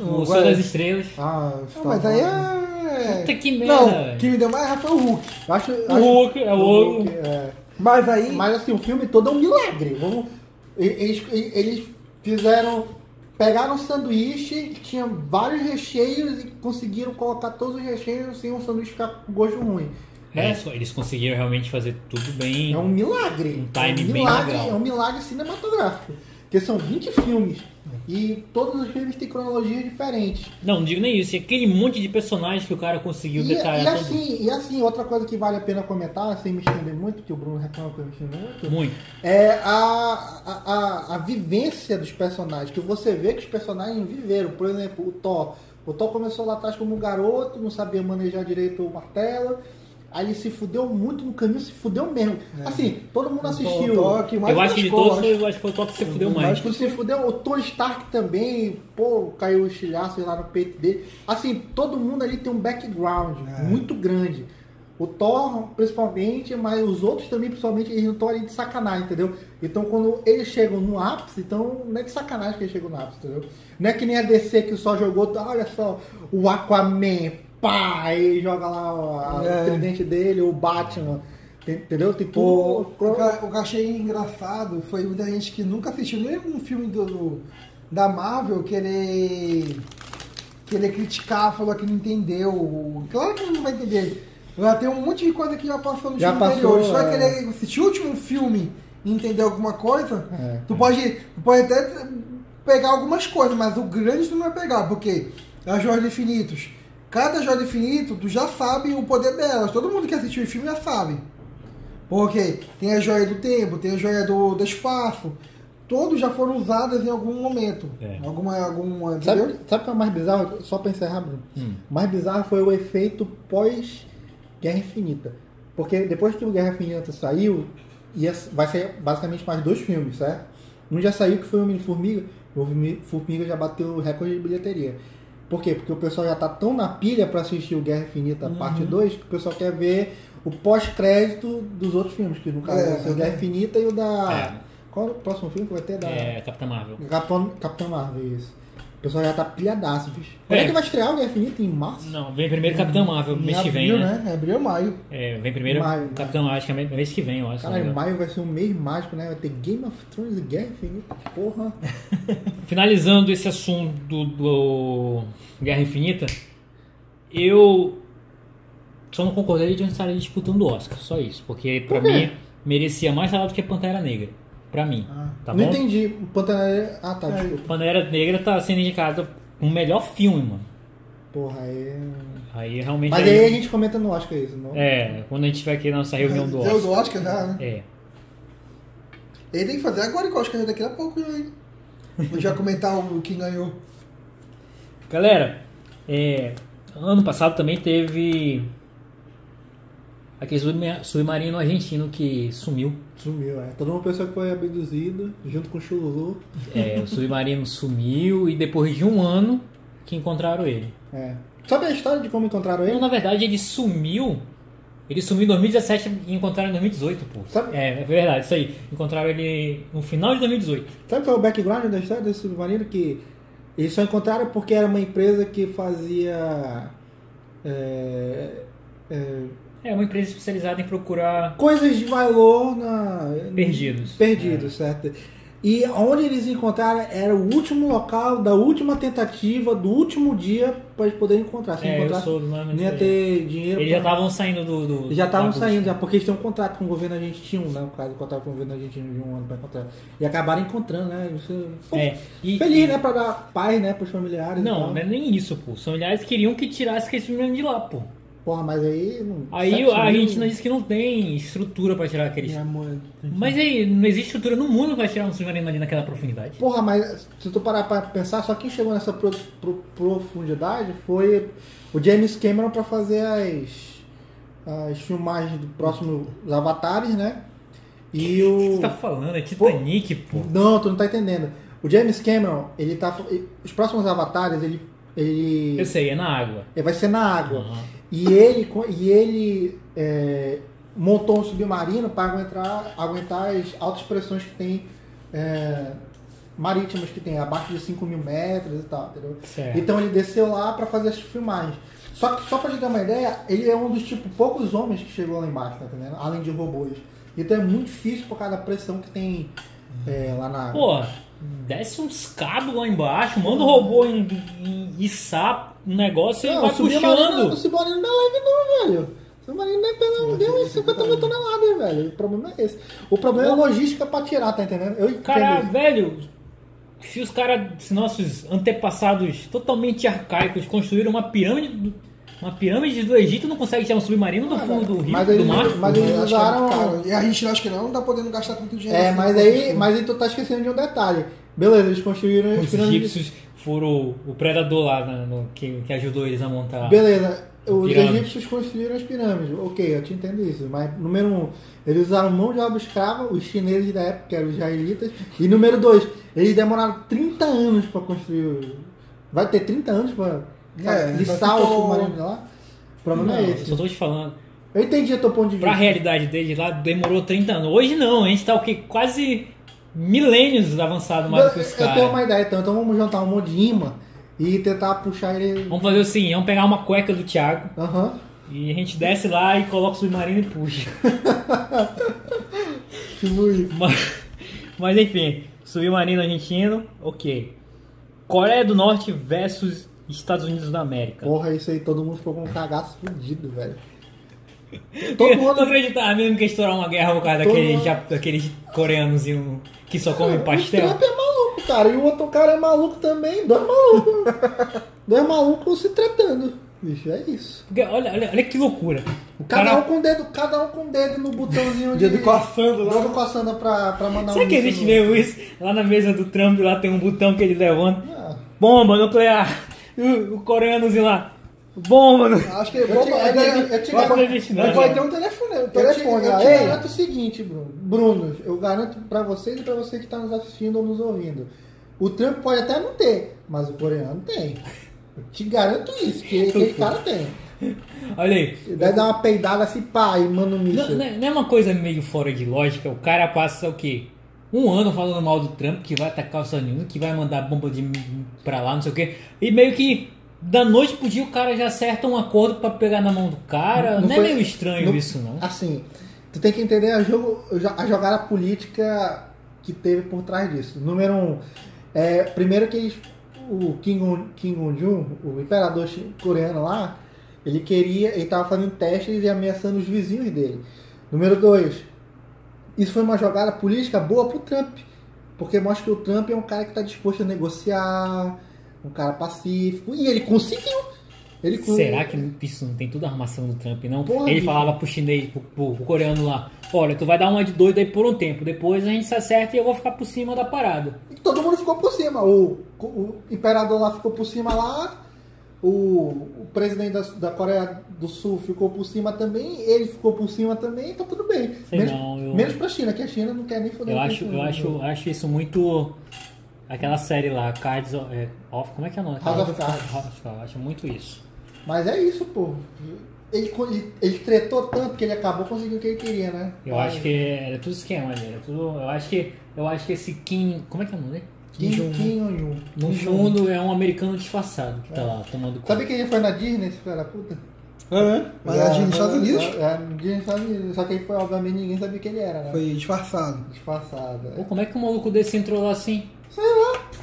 Speaker 2: O
Speaker 5: Ué.
Speaker 2: Céu das Estrelas.
Speaker 1: Ah,
Speaker 5: Ah, mas aí é...
Speaker 2: Puta que merda,
Speaker 5: Não,
Speaker 2: velho.
Speaker 5: que me deu mais raiva foi o Hulk.
Speaker 1: Eu Acho,
Speaker 2: O Hulk, é o
Speaker 1: Hulk,
Speaker 2: Hulk.
Speaker 1: é.
Speaker 5: Mas aí...
Speaker 1: Mas assim, o filme todo é um milagre. Vamos... E- Eles, e- eles fizeram. Pegaram um sanduíche, tinha vários recheios e conseguiram colocar todos os recheios sem um sanduíche ficar com gosto ruim.
Speaker 2: É, só- eles conseguiram realmente fazer tudo bem.
Speaker 1: É um milagre.
Speaker 2: Um time
Speaker 1: é
Speaker 2: bem
Speaker 1: milagre,
Speaker 2: legal.
Speaker 1: É um milagre cinematográfico. Porque são 20 filmes. E todos os filmes têm cronologias diferentes.
Speaker 2: Não, não digo nem isso. É aquele monte de personagens que o é cara conseguiu
Speaker 1: E,
Speaker 2: detalhar
Speaker 1: e
Speaker 2: todo-
Speaker 1: assim, e assim, outra coisa que vale a pena comentar, sem me estender muito, que o Bruno reclama que eu me estendo muito,
Speaker 2: Muito.
Speaker 1: é a, a, a, a vivência dos personagens, que você vê que os personagens viveram. Por exemplo, o Thor. O Thor começou lá atrás como um garoto, não sabia manejar direito o martelo. Aí ele se fudeu muito no caminho, se fudeu mesmo. Assim, todo mundo assistiu.
Speaker 2: Eu acho que de todos,
Speaker 1: né?
Speaker 2: foi, eu acho que foi o top que você fudeu mais.
Speaker 1: Mas tu se fudeu, o Tony Stark também, pô, caiu os estilhaço lá no peito dele. Assim, todo mundo ali tem um background
Speaker 5: É.
Speaker 1: muito grande. O Thor, principalmente, mas os outros também, principalmente, eles não estão ali de sacanagem, entendeu? Então, quando eles chegam no ápice, então não é de sacanagem que eles chegam no ápice, entendeu? Não é que nem a DC que só jogou, ah, olha só, o Aquaman, pá, e joga lá ó,
Speaker 5: É.
Speaker 1: o tridente dele, o Batman, entendeu? Tem
Speaker 5: O,
Speaker 1: tudo...
Speaker 5: o, ca- o que eu achei engraçado foi muita gente que nunca assistiu nenhum filme do, da Marvel querer, querer criticar, falou que não entendeu. Claro que não vai entender. Já tem um monte de coisa que já passou no
Speaker 1: Já
Speaker 5: filme
Speaker 1: passou,
Speaker 5: anterior. Só
Speaker 1: é.
Speaker 5: querer assistir o último filme e entender alguma coisa,
Speaker 1: É.
Speaker 5: tu, pode, tu pode até pegar algumas coisas, mas o grande tu não vai pegar, porque as Joias do Infinitos. Cada Joia do Infinito, tu já sabe o poder delas. Todo mundo que assistiu o filme já sabe. Porque tem a joia do tempo, tem a joia do, do espaço. Todos já foram usadas em algum momento.
Speaker 2: É.
Speaker 5: Alguma, alguma.
Speaker 1: Sabe,
Speaker 5: entendeu?
Speaker 1: sabe o que é o mais bizarro? Só pra encerrar, Bruno. O mais bizarro foi o efeito pós-Guerra Infinita. Porque depois que o Guerra Infinita saiu, ia, vai sair basicamente mais dois filmes, certo? Um já saiu que foi o Homem-Formiga. O Homem-Formiga já bateu o recorde de bilheteria. Por quê? Porque o pessoal já tá tão na pilha pra assistir o Guerra Infinita parte 2 que o pessoal quer ver o pós-crédito dos outros filmes, que no caso
Speaker 5: É,
Speaker 1: vai ser o Guerra Infinita e o da. Qual é o próximo filme que vai ter? Da...
Speaker 2: É, Capitã Marvel.
Speaker 1: Capitão, Capitão Marvel, isso. O pessoal já tá pilhadaço, bicho. Quando é.
Speaker 2: É.
Speaker 1: que vai estrear o Guerra Infinita? Em março?
Speaker 2: Não, vem primeiro Capitã Marvel,
Speaker 5: Em
Speaker 2: mês que vem,
Speaker 5: abril,
Speaker 2: né?
Speaker 5: né? Em Abril, maio.
Speaker 2: É, vem primeiro
Speaker 1: Maio, né?
Speaker 2: Capitã Marvel, acho que é mês- mês que vem, eu acho.
Speaker 1: Caralho,
Speaker 2: né?
Speaker 1: maio vai ser um mês mágico, né? Vai ter Game of Thrones e Guerra Infinita. Porra.
Speaker 2: Finalizando esse assunto do, do Guerra Infinita, eu só não concordei de estarem disputando o Oscar, só isso. Porque pra mim merecia mais salário do que Pantera Negra. Pra mim. tá
Speaker 1: Ah, Não
Speaker 2: bom? É.
Speaker 1: entendi. O Pantera Negra- Ah, tá, desculpa.
Speaker 2: Pantera Negra tá sendo indicada como o melhor filme, mano.
Speaker 1: Porra, aí.
Speaker 2: Aí realmente.
Speaker 1: Mas aí a gente comenta no Oscar isso, não?
Speaker 2: É, quando a gente tiver aqui na nossa reunião do
Speaker 5: Deu do
Speaker 2: Oscar.
Speaker 5: Oscar já, né?
Speaker 2: É.
Speaker 5: Ele tem que fazer agora com o Oscar daqui a pouco, já, hein? Vou já comentar o que ganhou.
Speaker 2: Galera, é, ano passado também teve aquele subma- submarino argentino que sumiu.
Speaker 1: Sumiu, é. Todo mundo pensou que foi abduzido, junto com o Chululu.
Speaker 2: É, o submarino sumiu e depois de um ano que encontraram ele.
Speaker 1: É. Sabe a história de como encontraram
Speaker 2: Então,
Speaker 1: ele?
Speaker 2: na verdade, ele sumiu. Ele sumiu em 2017 e encontraram em 2018, pô.
Speaker 1: Sabe-
Speaker 2: É, é verdade, isso aí. Encontraram ele no final de 2018.
Speaker 1: Sabe qual é o background da história desse submarino? Que eles só encontraram porque era uma empresa que fazia. É,
Speaker 2: É uma empresa especializada em procurar
Speaker 1: coisas de valor na...
Speaker 2: perdidos. É.
Speaker 1: perdidos, certo? E onde eles encontraram era o último local da última tentativa, do último dia para eles poderem encontrar. Se
Speaker 2: É, eu
Speaker 1: encontrar,
Speaker 2: sou do nome
Speaker 1: não ia
Speaker 2: dele.
Speaker 1: ter dinheiro.
Speaker 2: Eles já
Speaker 1: pra-
Speaker 2: estavam saindo do. do-
Speaker 1: já estavam
Speaker 2: da busca.
Speaker 1: saindo, já, porque eles têm um contrato com o governo argentino, né? No caso, contrato com o governo argentino de um ano para encontrar. E acabaram encontrando, né? Isso- Pô,
Speaker 2: É, e-
Speaker 1: Feliz, né? Para dar paz, né? Para os familiares. e
Speaker 2: Não,
Speaker 1: tal.
Speaker 2: não é nem isso, pô. Os familiares queriam que tirasse aquele submarino de lá, pô.
Speaker 1: Porra, mas aí. não- tá
Speaker 2: Aí
Speaker 1: sete
Speaker 2: a
Speaker 1: mil- É,
Speaker 2: Argentina disse que não tem estrutura pra tirar aquele.
Speaker 5: Minha mãe.
Speaker 2: Mas aí, não existe estrutura no mundo pra tirar um submarino ali naquela profundidade.
Speaker 1: Porra, mas se tu parar pra pensar, só quem chegou nessa pro- pro- profundidade foi o James Cameron pra fazer as, as filmagens do próximo os Avatares, né? E
Speaker 2: O que
Speaker 1: o.
Speaker 2: você tá falando? É Titanic, pô.
Speaker 1: Não, tu não tá entendendo. O James Cameron, ele tá. Os próximos Avatares, ele. Ele,
Speaker 2: Eu sei, é na água.
Speaker 1: ele vai ser na água.
Speaker 2: Aham.
Speaker 1: E ele, co- e ele é, montou um submarino para aguentar, aguentar as altas pressões que tem é, marítimas que tem, abaixo de 5 mil metros e tal, entendeu?
Speaker 2: Certo.
Speaker 1: Então ele desceu lá para fazer as filmagens. Só que só pra te dar uma ideia, ele é um dos tipo poucos homens que chegou lá embaixo, tá entendendo? Além de robôs. Então é muito difícil por causa da pressão que tem é, lá na.
Speaker 2: Pô, desce uns cabos lá embaixo, manda o robô em, em, içar um negócio e
Speaker 1: não,
Speaker 2: vai
Speaker 1: o submarino, o
Speaker 2: puxando.
Speaker 1: submarino não é leve, não, velho. O submarino não é pelo não deu uns 50 mil toneladas, velho. O problema é esse. O problema é a logística pra tirar, tá entendendo? Eu entendo
Speaker 2: Cara,
Speaker 1: isso.
Speaker 2: velho, se os caras, se nossos antepassados totalmente arcaicos construíram uma pirâmide do, uma pirâmide do Egito, não consegue tirar um submarino do fundo do rio,
Speaker 1: Ah, mas
Speaker 2: do
Speaker 1: eles-
Speaker 2: mar.
Speaker 1: mas eles
Speaker 5: acho que é
Speaker 1: usaram.
Speaker 5: muito caro. E a gente acho que não tá podendo gastar tanto dinheiro.
Speaker 1: É,
Speaker 5: assim,
Speaker 1: mas
Speaker 5: com
Speaker 1: aí,
Speaker 5: isso.
Speaker 1: mas aí tu tá esquecendo de um detalhe. Beleza, eles construíram as
Speaker 2: Os
Speaker 1: pirâmides.
Speaker 2: egípcios foram o predador lá na- no- que, que ajudou eles a montar.
Speaker 1: Beleza, os
Speaker 2: Ah, Pirâmides.
Speaker 1: egípcios construíram as pirâmides. Ok, eu te entendo isso. Mas, número um, eles usaram mão de obra escrava, os chineses da época, que eram os israelitas. E, número dois, eles demoraram 30 anos pra construir. o- Vai ter 30 anos pra
Speaker 5: É,
Speaker 1: é, lissar
Speaker 5: mas
Speaker 1: o
Speaker 5: ficou-
Speaker 1: submarino lá? O problema
Speaker 2: Não,
Speaker 1: é
Speaker 2: eu
Speaker 1: esse.
Speaker 2: só tô te falando.
Speaker 1: Eu entendi o teu ponto de vista.
Speaker 2: Pra realidade desde lá demorou 30 anos. Hoje não, a gente tá o quê? Quase milênios avançado mais do que os
Speaker 1: eu, eu tenho
Speaker 2: caras.
Speaker 1: uma ideia, então. Então vamos juntar um monte de imã e tentar puxar ele.
Speaker 2: Vamos fazer o seguinte, vamos pegar uma cueca do Thiago
Speaker 1: Aham.
Speaker 2: e a gente desce lá e coloca o submarino e puxa.
Speaker 1: Tipo isso.
Speaker 2: Mas, mas enfim, submarino argentino, ok. Coreia do Norte versus Estados Unidos da América.
Speaker 1: Porra, isso aí todo mundo ficou com um cagaço fudido, velho.
Speaker 2: Eu
Speaker 1: Todo
Speaker 2: não
Speaker 1: mundo.
Speaker 2: acreditava mesmo que ia estourar uma guerra por causa
Speaker 1: Todo
Speaker 2: daquele,
Speaker 1: mundo-
Speaker 2: ja- daqueles coreanos e um- que só comem
Speaker 1: O
Speaker 2: pastel.
Speaker 1: Trump é maluco, cara. E o outro cara é maluco também. Dois malucos. Dois malucos se tratando. Bicho, é isso.
Speaker 2: Porque olha, olha, olha que loucura. O
Speaker 1: Cada
Speaker 2: cara
Speaker 1: um com o dedo, cada um com o dedo no botãozinho de.
Speaker 5: Dedo coçando lá.
Speaker 1: Dedo coçando pra, pra mandar
Speaker 2: Será
Speaker 1: um
Speaker 2: que
Speaker 1: míssil
Speaker 2: existe
Speaker 1: no-
Speaker 2: mesmo isso? Lá na mesa do Trump, lá tem um botão que ele levanta.
Speaker 1: Ah.
Speaker 2: Bomba nuclear. O, o coreanozinho lá. Bomba nu-
Speaker 5: Acho que é
Speaker 1: Eu te- eu te- eu te garanto-
Speaker 5: Mas vai ter um telefone. Um telefone
Speaker 1: eu
Speaker 5: lá.
Speaker 1: te, eu te
Speaker 5: Ei,
Speaker 1: garanto o seguinte, Bruno. Bruno, eu garanto pra vocês e pra você que tá nos assistindo ou nos ouvindo. O Trump pode até não ter, mas o coreano tem. Eu te garanto isso, que aquele cara tem.
Speaker 2: Olha aí.
Speaker 1: Ele deve dar uma peidada assim, pá, e manda um
Speaker 2: Não,
Speaker 1: míssil.
Speaker 2: não é- não é uma coisa meio fora de lógica? O cara passa o quê? Um ano falando mal do Trump, que vai atacar os Estados Unidos, que vai mandar bomba de pra lá, não sei o quê. E meio que da noite pro dia o cara já acerta um acordo pra pegar na mão do cara. Não,
Speaker 1: Não
Speaker 2: é
Speaker 1: foi-
Speaker 2: meio estranho
Speaker 1: não-
Speaker 2: isso, não?
Speaker 1: Assim, tu tem que entender a, jogo, a jogada política que teve por trás disso. Número um, é, primeiro que eles- o Kim Gon- Kim Jong-un, o imperador chi- coreano lá, ele queria, ele tava fazendo testes e ameaçando os vizinhos dele. Número dois, isso foi uma jogada política boa pro Trump, porque mostra que o Trump é um cara que tá disposto a negociar, um cara pacífico, e ele conseguiu. Ele con-
Speaker 2: Será que isso não tem tudo a armação do Trump, não?
Speaker 1: Porra,
Speaker 2: ele
Speaker 1: bicho.
Speaker 2: falava pro chinês, pro, pro- pro coreano lá, olha, tu vai dar uma de doido aí por um tempo, depois a gente se acerta e eu vou ficar por cima da parada.
Speaker 1: E todo mundo ficou por cima. O, o imperador lá ficou por cima lá. O, o presidente da, da Coreia do Sul ficou por cima também. Ele ficou por cima também. Tá tudo bem.
Speaker 2: Sei
Speaker 1: menos,
Speaker 2: não, eu-
Speaker 1: menos pra China, que a China não quer nem foder
Speaker 2: Eu
Speaker 1: com isso,
Speaker 2: acho, eu
Speaker 1: né?
Speaker 2: acho, acho isso muito. Aquela série lá, Cards of. é, of- como é que é o nome?
Speaker 1: House of Cards.
Speaker 2: House of Cards, Eu acho muito isso.
Speaker 1: Mas é isso, pô. Ele, co- ele, ele tretou tanto que ele acabou conseguindo o que ele queria, né?
Speaker 2: Eu acho que era tudo esquema, né? Era tudo, eu acho que. Eu acho que esse Kim. Como é que é o nome? dele?
Speaker 1: Kim Kim Jong-un.
Speaker 2: No fundo é um americano disfarçado que tá lá tomando conta.
Speaker 1: Sabe quem ele foi na Disney, esse filho da puta?
Speaker 5: Mas a gente nos
Speaker 1: foi-
Speaker 5: Estados Unidos
Speaker 1: É, na Disney nos Estados Unidos. Só que ele foi, obviamente, ninguém sabia que ele era, né?
Speaker 5: foi disfarçado.
Speaker 1: Disfarçado.
Speaker 2: Pô, como é que o maluco desse entrou lá assim?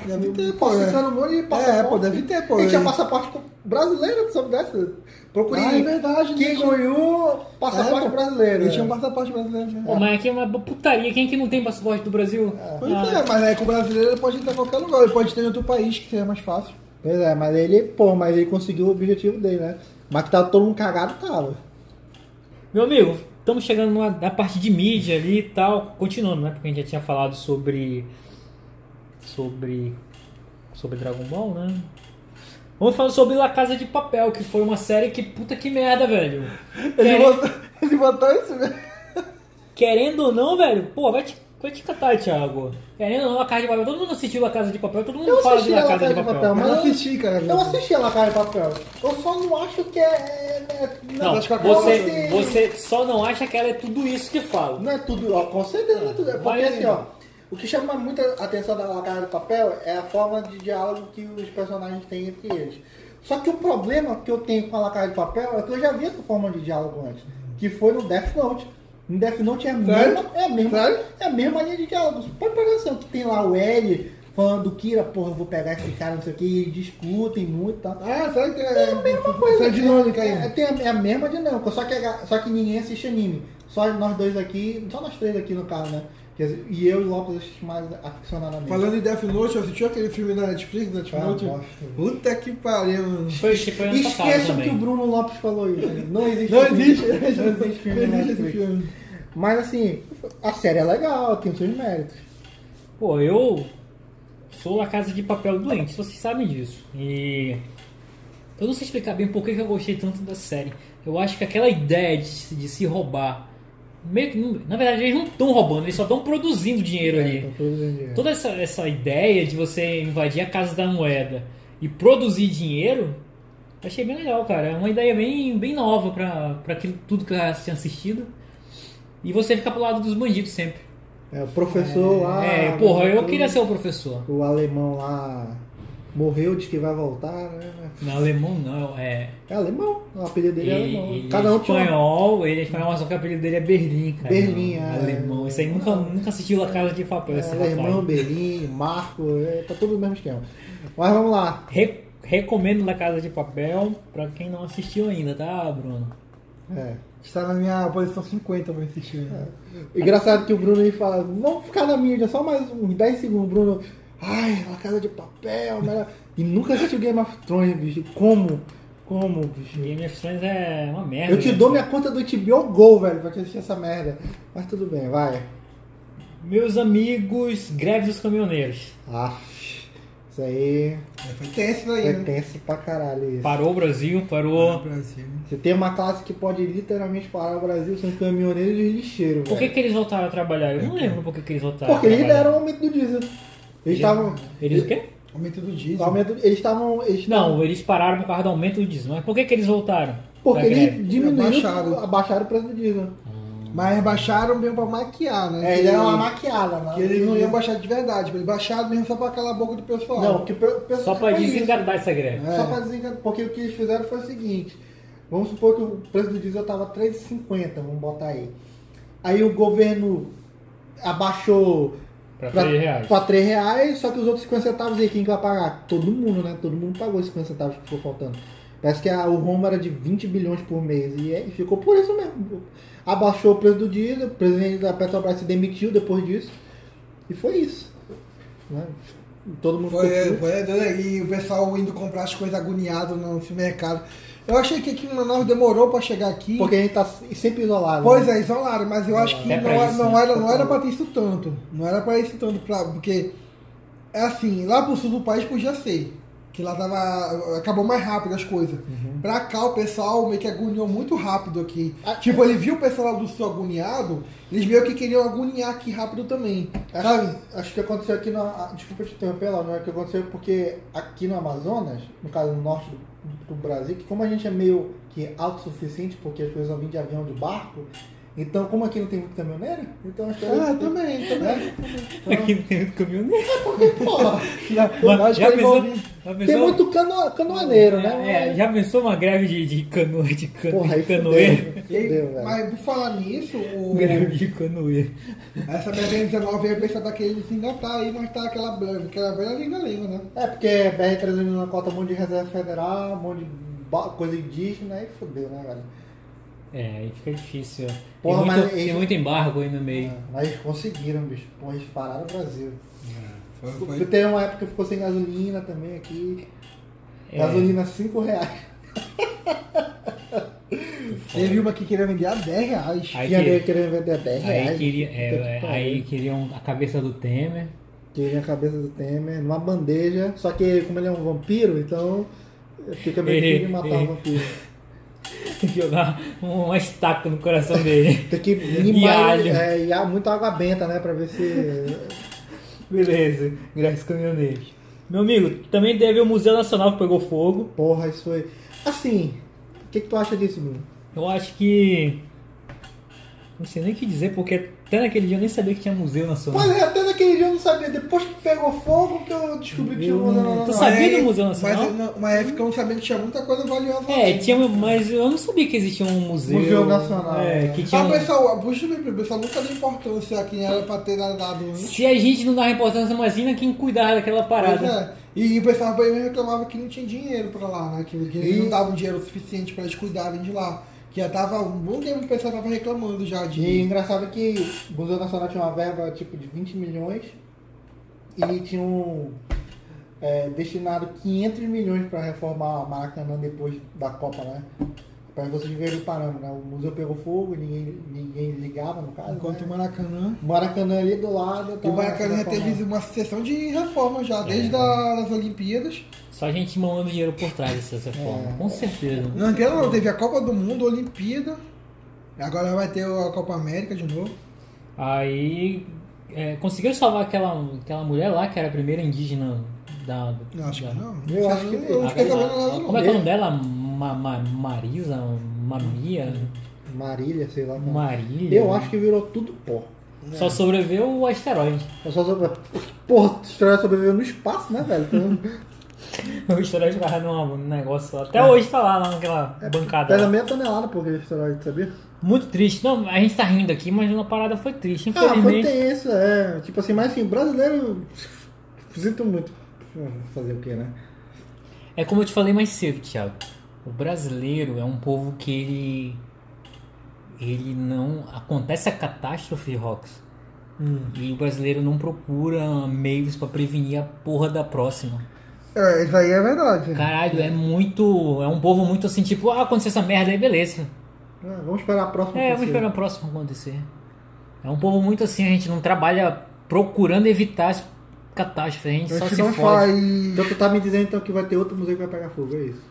Speaker 5: Deve ter, pô.
Speaker 1: Pô,
Speaker 5: né?
Speaker 1: entrando um monte de passaporte.
Speaker 5: É, pô, deve ter, pô.
Speaker 1: Ele tinha
Speaker 5: Ele-
Speaker 1: passaporte brasileiro, tu sabe dessa? Procurei.
Speaker 5: Ah, é verdade, né?
Speaker 1: Kim Jong-un, passaporte
Speaker 5: É, pô.
Speaker 1: brasileiro. né?
Speaker 5: Ele tinha um passaporte brasileiro, né?
Speaker 2: Pô, mas aqui é uma putaria. Quem que não tem passaporte do Brasil? Ah,
Speaker 5: Pois é, mas aí com o brasileiro ele pode entrar em qualquer lugar, ele pode entrar em outro país, que seria mais fácil.
Speaker 1: Pois é, mas ele, pô, mas ele conseguiu o objetivo dele, né? Mas que tava todo mundo cagado, tava.
Speaker 2: Meu amigo, estamos chegando numa- na parte de mídia ali e tal. Continuando, né? Porque a gente já tinha falado sobre. Sobre. Sobre Dragon Ball, né? Vamos falar sobre La Casa de Papel, que foi uma série que puta que merda, velho.
Speaker 1: É.
Speaker 5: Ele
Speaker 2: Querendo,
Speaker 5: botou, ele botou isso mesmo.
Speaker 2: querendo ou não, velho, pô, vai te, vai te catar, Thiago. Querendo ou não, La Casa de Papel. Todo mundo assistiu La Casa de Papel, todo mundo
Speaker 1: Eu
Speaker 2: fala de
Speaker 1: assisti
Speaker 2: La
Speaker 1: a
Speaker 2: Casa de Papel.
Speaker 5: Mas eu
Speaker 1: mas eu,
Speaker 5: assisti, cara.
Speaker 1: eu assisti a La Casa de Papel. Eu só não acho que é... é- assim,
Speaker 2: Não,
Speaker 1: acho que a Coca-Cola
Speaker 2: você,
Speaker 1: tem-
Speaker 2: você só não acha que ela é tudo isso que eu falo.
Speaker 1: Não é tudo, ó, com certeza não é tudo. É porque
Speaker 2: Vai
Speaker 1: assim,
Speaker 2: indo.
Speaker 1: ó, o que chama muita atenção da La Casa de Papel é a forma de diálogo que os personagens têm entre eles. Só que o problema que eu tenho com a La Casa de Papel é que eu já vi essa forma de diálogo antes, que foi no Death Note. Em Death Note é a
Speaker 5: Sério?
Speaker 1: mesma, é a mesma,
Speaker 5: Sério?
Speaker 1: é a mesma linha de diálogos. Pode pegar assim, ó, que tem lá o L falando do Kira, porra, eu vou pegar esse cara, não sei o que, e eles discutem muito e tal.
Speaker 5: Ah, sabe que é,
Speaker 1: a mesma coisa.
Speaker 5: Essa dinâmica aí.
Speaker 1: É, tem a, é a mesma dinâmica, só que, a- só que ninguém assiste anime. Só nós dois aqui, só nós três aqui no caso, né? Quer dizer, E eu e o Lopes assistimos mais aficionadamente.
Speaker 5: Falando em Death Note, assistiu aquele filme na Netflix, Death
Speaker 1: Ah,
Speaker 5: Note?
Speaker 1: bosta.
Speaker 5: Puta que pariu, mano.
Speaker 2: Foi, foi ano tá passado
Speaker 1: Esqueçam
Speaker 2: também.
Speaker 1: que o Bruno Lopes falou isso. Não existe
Speaker 5: Não
Speaker 1: filme.
Speaker 5: existe,
Speaker 1: não existe filme na
Speaker 5: Não existe esse
Speaker 1: Netflix.
Speaker 5: filme.
Speaker 1: Mas assim, a série é legal, tem os seus méritos.
Speaker 2: Pô, eu sou a casa de papel doente, vocês sabem disso. E eu não sei explicar bem por que que eu gostei tanto da série. Eu acho que aquela ideia de, se- de se roubar, meio que, não- na verdade eles não estão roubando, eles só estão produzindo dinheiro
Speaker 1: Então,
Speaker 2: ali. Toda essa, essa ideia de você invadir a casa da moeda e produzir dinheiro, eu achei bem legal, cara. É uma ideia bem, bem nova pra, pra aquilo, tudo que eu já tinha assistido. E você fica pro lado dos bandidos sempre.
Speaker 1: É, o professor lá.
Speaker 2: é, porra, eu
Speaker 1: o-
Speaker 2: queria ser o professor.
Speaker 1: O alemão lá morreu, diz que vai voltar, né?
Speaker 2: Não, alemão não, é.
Speaker 1: É alemão, o apelido dele é alemão.
Speaker 2: Ele,
Speaker 1: Cada um
Speaker 2: ele é
Speaker 1: tinha. uma-
Speaker 2: espanhol, ele é espanhol, mas só que o apelido dele é Berlim, cara.
Speaker 1: Berlim, é.
Speaker 2: Alemão. Isso aí nunca, nunca assistiu a Casa de Papel,
Speaker 1: É,
Speaker 2: esse
Speaker 1: alemão,
Speaker 2: rapaz.
Speaker 1: Berlim, Marco, é, tá tudo no mesmo esquema. Mas vamos lá.
Speaker 2: Re- recomendo La Casa de Papel pra quem não assistiu ainda, tá, Bruno?
Speaker 1: É.
Speaker 5: Está na minha posição 50 pra assistir. né?
Speaker 1: Engraçado que o Bruno aí fala, vamos ficar na mídia, só mais uns 10 segundos, Bruno. Ai, La Casa de Papel, melhor. E nunca assistiu Game of Thrones, bicho. Como? Como, bicho?
Speaker 2: Game of Thrones é uma merda.
Speaker 1: Eu te
Speaker 2: né?
Speaker 1: dou minha conta do HBO Go, velho, pra te assistir essa merda. Mas tudo bem, vai.
Speaker 2: Meus amigos, greve dos caminhoneiros.
Speaker 1: Aff, isso aí
Speaker 5: Foi tenso daí,
Speaker 1: é
Speaker 5: né?
Speaker 1: tenso pra caralho isso.
Speaker 2: Parou o Brasil,
Speaker 5: Ah,
Speaker 2: parou.
Speaker 5: Brasil.
Speaker 1: Você tem uma classe que pode literalmente parar o Brasil, são os caminhoneiros e os lixeiros,
Speaker 2: Por que,
Speaker 1: velho.
Speaker 2: que eles voltaram a trabalhar? Eu não lembro por que, que eles voltaram.
Speaker 1: é. Porque
Speaker 2: a
Speaker 1: eles
Speaker 2: trabalhar.
Speaker 1: deram o aumento do diesel. Eles estavam.
Speaker 2: Eles o quê?
Speaker 5: Aumento do diesel.
Speaker 1: Aumento, eles estavam. Eles tavam-
Speaker 2: Não, eles pararam por causa do aumento do diesel. Mas por que, que eles voltaram?
Speaker 1: Porque
Speaker 2: da greve?
Speaker 1: eles diminuíram.
Speaker 5: Abaixaram.
Speaker 1: abaixaram o preço do diesel.
Speaker 5: Mas baixaram mesmo pra maquiar, né?
Speaker 1: É, ele era uma maquiada, né?
Speaker 5: Que eles não iam baixar de verdade, mas eles baixaram mesmo só pra calar a boca do pessoal.
Speaker 1: Não, que o pessoal.
Speaker 2: Só
Speaker 1: foi
Speaker 2: pra
Speaker 1: isso. É.
Speaker 2: desengardar essa greve.
Speaker 5: É.
Speaker 1: Só pra desencadear. Porque o que eles fizeram foi o seguinte: vamos supor que o preço do diesel estava 3,50, vamos botar aí. Aí o governo abaixou
Speaker 2: Pra 3 reais.
Speaker 1: pra 3 reais, só que os outros 50 centavos aí, quem que vai pagar? Todo mundo, né? Todo mundo pagou os 50 centavos que ficou faltando. Parece que a- o Roma era de 20 bilhões por mês e, é- e ficou por isso mesmo. Abaixou o preço do diesel, o presidente da Petrobras se demitiu depois disso e foi isso. né? Todo mundo
Speaker 5: Foi,
Speaker 1: ficou
Speaker 5: é,
Speaker 1: puto.
Speaker 5: foi, é, doido, e o pessoal indo comprar as coisas agoniado no supermercado. Eu achei que aqui em Manaus demorou pra chegar aqui.
Speaker 1: Porque a gente tá sempre isolado. né?
Speaker 5: Pois é, isolaram, mas eu acho que
Speaker 2: Até
Speaker 5: não,
Speaker 2: pra
Speaker 5: era-
Speaker 2: isso,
Speaker 5: não,
Speaker 2: né?
Speaker 5: era, não era pra ter isso tanto. Não era pra isso tanto, pra, porque é assim, lá pro sul do país podia ser. Que lá tava. acabou mais rápido as coisas.
Speaker 2: Uhum.
Speaker 5: Pra cá o pessoal meio que agoniou muito rápido aqui. tipo, ele viu o pessoal lá do sul agoniado, eles meio que queriam agoniar aqui rápido também.
Speaker 1: Acho, É acho que aconteceu aqui na. ah, Desculpa te interromper, Laura, mas o que aconteceu porque aqui no Amazonas, no caso no norte do, do Brasil, que como a gente é meio que autossuficiente, porque as coisas vão vir de avião, de barco, então como aqui não tem muito caminhoneiro, então as coisas.
Speaker 5: Ah, também, também.
Speaker 2: Aqui não tem muito caminhoneiro.
Speaker 1: Né? Porra,
Speaker 2: Mas já
Speaker 5: que
Speaker 2: pensou,
Speaker 5: envolve-
Speaker 2: já
Speaker 1: tem
Speaker 2: pensou-
Speaker 1: muito cano, canoaneiro, né?
Speaker 2: É, é, já pensou uma greve de, de canoe, de, cano,
Speaker 1: Porra, aí
Speaker 2: de canoeiro?
Speaker 1: fudeu,
Speaker 5: E aí,
Speaker 1: fudeu, velho.
Speaker 5: mas por falar nisso, o,
Speaker 2: Greve de canoeiro.
Speaker 5: essa BR-19 veio pensar daquele tá se engatar aí, mas tá aquela, blan- aquela velha linda lima, né?
Speaker 1: É porque BR-300 na cota um monte de reserva federal, um monte de ba- coisa indígena, aí fodeu, né, velho?
Speaker 2: É, aí fica difícil. ó.
Speaker 1: Porra,
Speaker 2: tem,
Speaker 1: mas
Speaker 2: muito, tem
Speaker 1: esse-
Speaker 2: muito embargo aí no meio.
Speaker 1: Mas É, eles conseguiram, bicho. Porra, eles pararam o Brasil. Teve uma época que ficou sem gasolina também aqui.
Speaker 2: É.
Speaker 1: Gasolina 5 reais.
Speaker 5: Teve uma que queria vender a 10 reais.
Speaker 2: Aí,
Speaker 1: Tinha
Speaker 2: que-
Speaker 1: nego querendo vender a 10
Speaker 2: aí
Speaker 1: É, reais.
Speaker 2: queria,
Speaker 1: Puta
Speaker 2: é,
Speaker 1: que pariu.
Speaker 2: aí queriam a cabeça do Temer.
Speaker 1: Queria a cabeça do Temer numa bandeja. Só que como ele é um vampiro, então fica meio difícil de matar um vampiro.
Speaker 2: Jogar um, uma estaca no coração dele.
Speaker 1: Tem que mimar ele.
Speaker 2: alho.
Speaker 1: É, e há muita água benta, né? Pra ver se.
Speaker 2: Beleza, greve de caminhoneiros. Meu amigo, também teve o Museu Nacional que pegou fogo.
Speaker 1: Porra, isso foi. Assim, o que, que tu acha disso, Bruno?
Speaker 2: Eu acho que Não sei nem o que dizer, porque até naquele dia eu nem sabia que tinha museu nacional.
Speaker 1: Pois é, até naquele dia eu não sabia. Depois que pegou fogo que eu descobri que
Speaker 2: Meu
Speaker 1: o não, não, não,
Speaker 2: Tu
Speaker 1: não.
Speaker 2: sabe- Sabia
Speaker 5: Mas-
Speaker 2: do Museu Nacional?
Speaker 5: Mas, não, mas aí ficamos sabendo que tinha muita coisa valiosa.
Speaker 2: É,
Speaker 5: lá.
Speaker 2: tinha, mas eu não sabia que existia um museu.
Speaker 1: Museu Nacional,
Speaker 2: É,
Speaker 1: né?
Speaker 2: que tinha.
Speaker 5: Ah,
Speaker 2: um-
Speaker 5: pessoal, puxa o pessoal nunca deu importância a quem era pra ter dado um. antes.
Speaker 2: Se a gente não dava importância, imagina quem cuidava daquela
Speaker 5: Pois
Speaker 2: parada.
Speaker 5: é. E o pessoal bem reclamava que não tinha dinheiro pra lá, né? Que, que eles não davam dinheiro suficiente pra eles cuidarem de lá. Que já tava um bom tempo o pessoal tava reclamando já de.
Speaker 1: E engraçado que o Museu Nacional tinha uma verba tipo de 20 milhões e tinha um, é, destinado 500 milhões para reformar a Maracanã depois da Copa, né? Para vocês verem o parâmetro, né? O museu pegou fogo, ninguém, ninguém ligava no caso.
Speaker 5: Enquanto o
Speaker 1: né?
Speaker 5: Maracanã.
Speaker 1: O Maracanã ali do lado.
Speaker 2: Tá
Speaker 5: E o
Speaker 1: tava
Speaker 5: Maracanã
Speaker 1: reformado.
Speaker 5: teve uma sucessão de reformas
Speaker 2: É.
Speaker 5: já, desde a- as Olimpíadas.
Speaker 2: Só a gente mamando dinheiro por trás
Speaker 5: É.
Speaker 2: dessa forma, com certeza.
Speaker 5: Não, Olimpíada não, teve a Copa do Mundo, a Olimpíada. Agora vai ter a Copa América de novo.
Speaker 2: Aí é, conseguiram salvar aquela, aquela mulher lá, que era a primeira indígena da.
Speaker 5: Não, acho
Speaker 2: da-
Speaker 5: que não.
Speaker 1: Eu acho que
Speaker 5: Eu não fiquei
Speaker 2: aquela-
Speaker 5: sabendo nada,
Speaker 2: como
Speaker 5: não.
Speaker 2: é que é o nome dela? Ma, ma, Marisa? Mamia?
Speaker 1: Marília, sei
Speaker 5: Tá
Speaker 1: lá. como. é
Speaker 2: Marília?
Speaker 1: Eu acho que virou tudo pó.
Speaker 2: Só sobreviveu o asteroide.
Speaker 1: Eu só sobre... Porra, tu só sobreviveu no espaço, né, velho? Então,
Speaker 2: O asteroide tava num num um negócio lá. Até hoje tá lá, lá naquela bancada.
Speaker 1: pesa
Speaker 2: lá.
Speaker 1: meia tonelada por aquele asteroide, sabia?
Speaker 2: Muito triste. Não, a gente tá rindo aqui, mas a parada foi triste,
Speaker 1: Ah, foi
Speaker 2: infelizmente.
Speaker 1: tenso, é. Tipo assim, mas assim, brasileiro. Sinto muito. Fazer o quê, né?
Speaker 2: é como eu te falei mais cedo, Thiago. O brasileiro é um povo que ele. Ele não. Acontece a catástrofe, Rox. E o brasileiro não procura meios pra prevenir a porra da próxima.
Speaker 5: É, isso aí é verdade.
Speaker 2: Caralho, é muito. É um povo muito assim, tipo, ah, aconteceu essa merda aí, beleza.
Speaker 1: Ah, vamos esperar a próxima.
Speaker 2: É, vamos
Speaker 1: acontecer.
Speaker 2: esperar o próximo acontecer. É um povo muito assim, a gente não trabalha procurando evitar as catástrofes, a gente
Speaker 5: A
Speaker 2: só
Speaker 5: gente
Speaker 2: se
Speaker 5: não
Speaker 2: fode.
Speaker 5: faz.
Speaker 1: Então tu tá me dizendo então que vai ter outro museu que vai pegar fogo, é isso?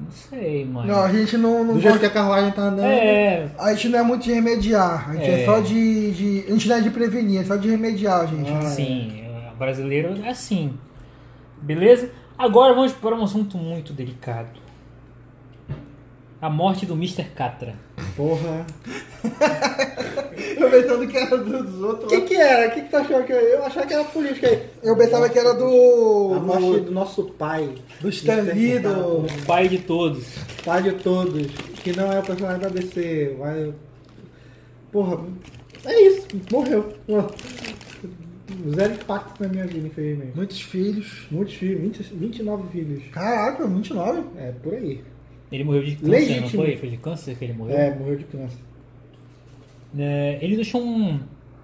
Speaker 2: Não sei, mano.
Speaker 5: Não, a gente não, não
Speaker 1: Do jeito
Speaker 5: gosta-
Speaker 1: que a carruagem tá andando.
Speaker 2: É,
Speaker 5: A gente não é muito de remediar. A gente é,
Speaker 2: É.
Speaker 5: só de, de- A gente não é de prevenir, é só de remediar, gente.
Speaker 2: Ah, sim, o brasileiro é assim. Beleza? Agora vamos para um assunto muito delicado. A morte do Mr. Catra.
Speaker 1: Porra.
Speaker 5: Eu pensando que era do- dos
Speaker 1: O
Speaker 5: outros.
Speaker 1: que que era? O que que tu achou que eu- eu achava que era política aí?
Speaker 5: Eu pensava que era do.
Speaker 1: A morte
Speaker 5: do,
Speaker 1: do nosso pai.
Speaker 5: do Stan Lee, do-
Speaker 2: O pai de todos.
Speaker 1: Pai de todos. Que não é o personagem da DC. Vai... Porra. É isso. Morreu. Porra. Zero impacto na minha vida, infelizmente.
Speaker 5: Muitos filhos.
Speaker 1: Muitos filhos. 20 29 filhos.
Speaker 5: Caraca, 29?
Speaker 1: É, por aí.
Speaker 2: Ele morreu de câncer, não
Speaker 1: Legítimo.
Speaker 2: foi? Foi de câncer que ele morreu?
Speaker 1: É, morreu de câncer.
Speaker 2: É, ele deixou um,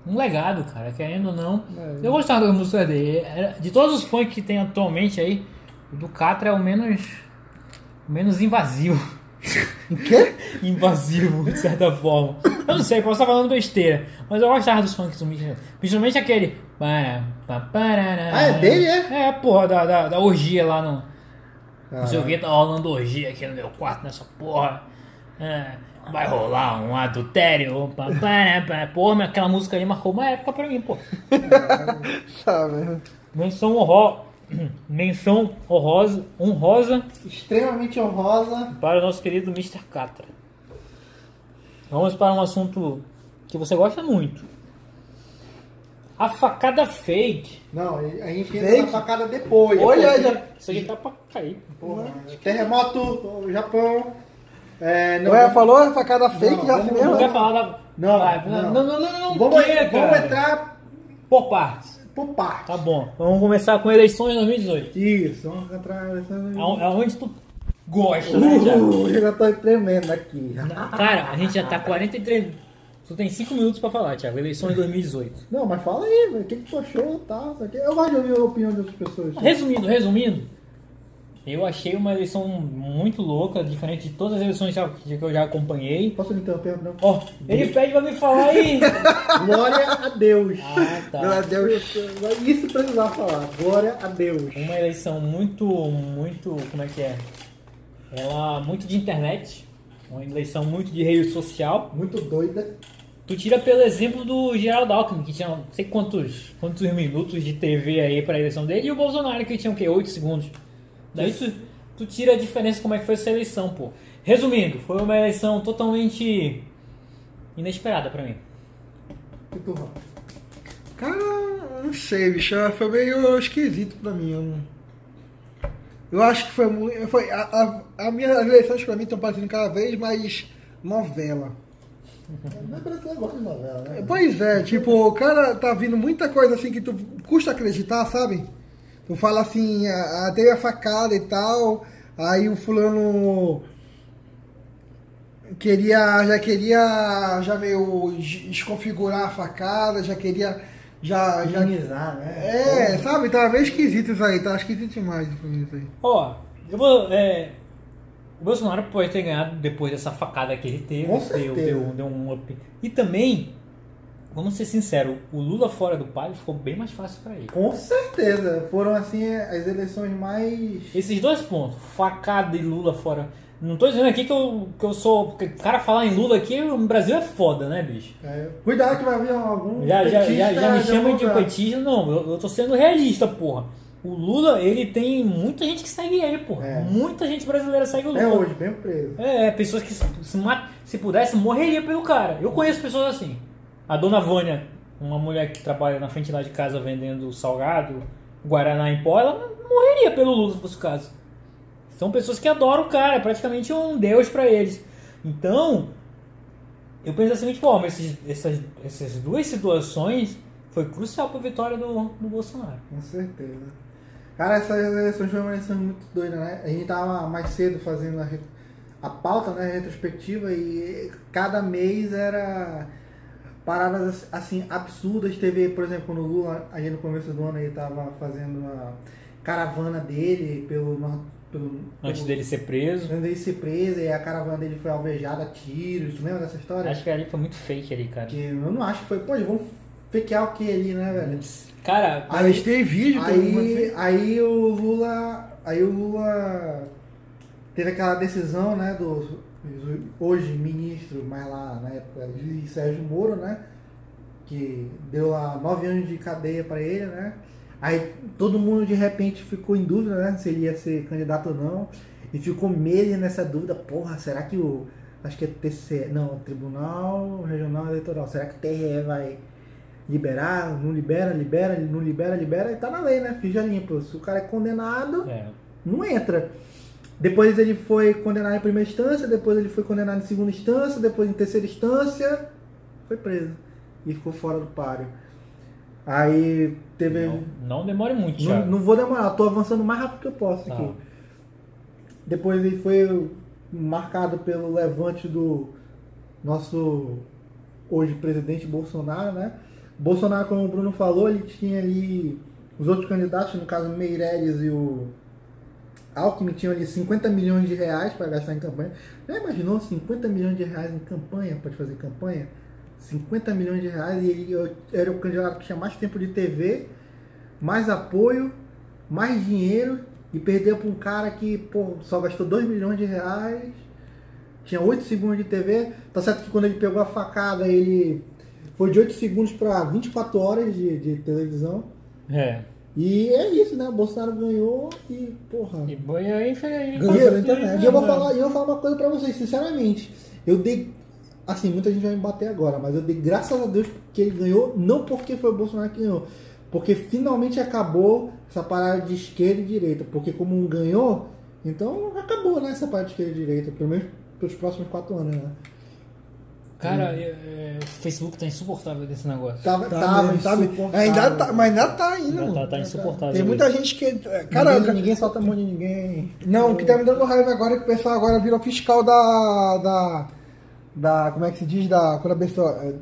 Speaker 2: um legado, cara, querendo ou não.
Speaker 1: É.
Speaker 2: Eu gostava das músicas dele. Era- De todos os funk que tem atualmente aí, o do Catra é o menos. o menos invasivo.
Speaker 5: O quê?
Speaker 2: invasivo, de certa forma. Eu não sei, posso estar falando besteira, mas eu gostava dos funks do Mr. Principalmente é aquele. para, pa, parará.
Speaker 1: Ah, é dele, é?
Speaker 2: É, porra, da, da, da orgia lá no.
Speaker 1: Ah,
Speaker 2: Não sei o que, tá rolando orgia aqui no meu quarto nessa porra. É, vai rolar um adultério. pá, pá, pá. Porra, mas aquela música aí marcou uma época pra mim, pô.
Speaker 5: Sabe?
Speaker 2: Menção horror. Menção horrorosa, honrosa
Speaker 1: Extremamente honrosa.
Speaker 2: para o nosso querido Mr. Catra. Vamos para um assunto que você gosta muito. A facada fake.
Speaker 1: Não, a gente
Speaker 5: Fake?
Speaker 1: entra na facada depois.
Speaker 5: Olha aí,
Speaker 1: Depois-
Speaker 5: já.
Speaker 2: Isso aqui tá pra cair.
Speaker 1: Porra. Terremoto, Japão. É, não,
Speaker 5: Ué, falou a facada fake
Speaker 1: Não,
Speaker 5: já
Speaker 1: vamos-
Speaker 5: assim
Speaker 2: Não
Speaker 5: mesmo?
Speaker 2: quer
Speaker 5: né?
Speaker 2: falar da.
Speaker 1: Não,
Speaker 2: Vai,
Speaker 1: não.
Speaker 2: não, não, não, não
Speaker 1: Vamos,
Speaker 5: é,
Speaker 2: quer,
Speaker 1: vamos
Speaker 2: cara.
Speaker 1: entrar
Speaker 2: Por partes.
Speaker 1: por parte.
Speaker 2: Tá bom. Vamos começar com eleições 2018.
Speaker 1: Isso, vamos entrar.
Speaker 2: Aon- Aonde é tu gosta, né? já?
Speaker 1: Uh, eu já tô tremendo aqui.
Speaker 2: Cara, a gente já tá 43. Tu tem 5 minutos pra falar, Thiago. Eleições 2018.
Speaker 1: Não, mas fala aí, velho. O que, que tu achou tal? Tá, eu gosto de ouvir a opinião das pessoas.
Speaker 2: Resumindo, resumindo, eu achei uma eleição muito louca, diferente de todas as eleições já- que eu já acompanhei.
Speaker 1: Posso me interromper? Não?
Speaker 2: Ó, ele pede pra me falar aí.
Speaker 1: Glória a Deus.
Speaker 2: Ah,
Speaker 5: Meu
Speaker 1: é-
Speaker 2: tá.
Speaker 5: Deus.
Speaker 1: Isso precisava falar. Glória a Deus.
Speaker 2: Uma eleição muito, muito, como é que é? Ela muito de internet, uma eleição muito de rede social.
Speaker 1: Muito doida.
Speaker 2: Tu tira pelo exemplo do Geraldo Alckmin, que tinha não sei quantos, quantos minutos de TV aí pra eleição dele, e o Bolsonaro, que tinha o quê? 8 segundos. Daí tu, tu tira a diferença como é que foi essa eleição, pô. Resumindo, foi uma eleição totalmente inesperada pra mim.
Speaker 1: E tu, Rafa?
Speaker 5: Cara, não sei, bicho. é, Foi meio esquisito pra mim. Eu, não- eu acho que foi muito. Foi, a, a, a minha, as eleições pra mim estão parecendo cada vez mais novela.
Speaker 1: Mas brasileiro gosta de novela, né?
Speaker 5: Pois é, tipo, o cara tá vindo muita coisa assim que tu custa acreditar, sabe? Tu fala assim, a, a, teve a facada e tal, aí o fulano queria, já queria, já meio des- desconfigurar a facada, já queria, já, já
Speaker 1: Minimizar, né?
Speaker 5: É, sabe, tá meio esquisito isso aí, tá esquisito demais pra mim isso aí.
Speaker 2: Ó, eu vou. é, o Bolsonaro pode ter ganhado depois dessa facada que ele teve.
Speaker 1: Com
Speaker 2: deu,
Speaker 1: certeza.
Speaker 2: deu, deu um up. E também, vamos ser sinceros, o Lula fora do palio ficou bem mais fácil pra ele.
Speaker 1: Com certeza. Foram, assim, as eleições mais...
Speaker 2: Esses dois pontos, facada e Lula fora. Não tô dizendo aqui que eu, que eu sou. Porque o cara falar em Lula aqui, o Brasil é foda, né, bicho?
Speaker 1: É, Cuidado que vai vir algum
Speaker 2: Já, já, já, já me
Speaker 1: petista é
Speaker 2: chamam de
Speaker 1: algum lugar.
Speaker 2: petista, não, eu, eu tô sendo realista, porra. O Lula, ele tem muita gente que segue ele, porra.
Speaker 1: É.
Speaker 2: Muita gente brasileira segue o Lula.
Speaker 1: É hoje, bem preso.
Speaker 2: É, pessoas que se, se ma- se pudesse, morreria pelo cara. Eu conheço pessoas assim. A dona Vânia, uma mulher que trabalha na frente lá de casa vendendo salgado, Guaraná em pó, ela morreria pelo Lula se fosse o caso. São pessoas que adoram o cara, é praticamente um deus pra eles. Então, eu penso da seguinte forma, esses- essas, essas duas situações foi crucial pra vitória do, do Bolsonaro.
Speaker 1: Com certeza. Cara, essas eleições foram eleições muito doidas, né? A gente tava mais cedo fazendo a, re- a pauta, né? Retrospectiva e cada mês era paradas assim absurdas. Teve, por exemplo, quando o Lula, a gente no começo do ano, ele tava fazendo a caravana dele pelo. nor- pelo
Speaker 2: Antes
Speaker 1: pelo,
Speaker 2: dele ser preso.
Speaker 1: antes dele ser preso e a caravana dele foi alvejada a tiros. Tu lembra dessa história?
Speaker 2: Acho que ali foi muito fake ali, cara.
Speaker 1: Que eu não acho que foi. Pô, eles vão fakear o que ali, né, velho?
Speaker 2: Cara,
Speaker 1: Aí-
Speaker 5: Mas tem vídeo, tem alguma
Speaker 1: Aí, aí o Lula. Aí o Lula teve aquela decisão, né, do hoje ministro, mas lá na época de Sérgio Moro, né? Que deu lá nove anos de cadeia pra ele, né? Aí todo mundo de repente ficou em dúvida, né? Se ele ia ser candidato ou não. E ficou meses nessa dúvida, porra, será que o. Acho que é TCE. Não, Tribunal Regional Eleitoral. Será que o TRE vai liberar, não libera, libera, não libera, libera, e tá na lei, né? Ficha limpa. Se o cara é condenado,
Speaker 2: é,
Speaker 1: não entra. Depois ele foi condenado em primeira instância, depois ele foi condenado em segunda instância, depois em terceira instância, foi preso. E ficou fora do páreo. Aí teve.
Speaker 2: não, não demore muito,
Speaker 1: Não,
Speaker 2: Thiago.
Speaker 1: não vou demorar, tô avançando o mais rápido que eu posso aqui.
Speaker 2: Tá.
Speaker 1: Depois ele foi marcado pelo levante do nosso hoje presidente Bolsonaro, né? Bolsonaro, como o Bruno falou, ele tinha ali os outros candidatos, no caso Meireles e o Alckmin, tinham ali 50 milhões de reais para gastar em campanha. Já imaginou 50 milhões de reais em campanha, pode fazer campanha? 50 milhões de reais e ele era o candidato que tinha mais tempo de TV mais apoio, mais dinheiro e perdeu para um cara que pô, só gastou 2 milhões de reais, tinha 8 segundos de TV. Tá certo que quando ele pegou a facada, ele foi de 8 segundos para 24 horas de, de televisão.
Speaker 2: É.
Speaker 1: E é isso, né? O Bolsonaro ganhou e, porra.
Speaker 2: E boi aí foi aí.
Speaker 1: E
Speaker 5: pela
Speaker 1: eu,
Speaker 5: internet,
Speaker 1: e eu vou
Speaker 2: né?
Speaker 1: falar, e eu vou falar uma coisa pra vocês, sinceramente. Eu dei. Assim, muita gente vai me bater agora, mas eu dei graças a Deus que ele ganhou, não porque foi o Bolsonaro que ganhou. Porque finalmente acabou essa parada de esquerda e direita. Porque como um ganhou, então acabou, né? Essa parada de esquerda e direita, pelo menos pelos próximos quatro anos, né?
Speaker 2: Cara, é, é, o Facebook tá insuportável desse negócio.
Speaker 1: Tava,
Speaker 5: Tá,
Speaker 1: tava,
Speaker 5: mesmo, sabe?
Speaker 1: insuportável.
Speaker 5: Ainda tá, mas ainda tá ainda,
Speaker 2: Tá,
Speaker 5: mano.
Speaker 2: tá, tá insuportável.
Speaker 5: Tem muita gente que. Cara,
Speaker 1: Ninguém, ninguém solta a mão de ninguém.
Speaker 5: não, o que tá me dando raiva agora é que o pessoal agora virou fiscal da. da. da- como é que se diz? Da. Quando a pessoa. é,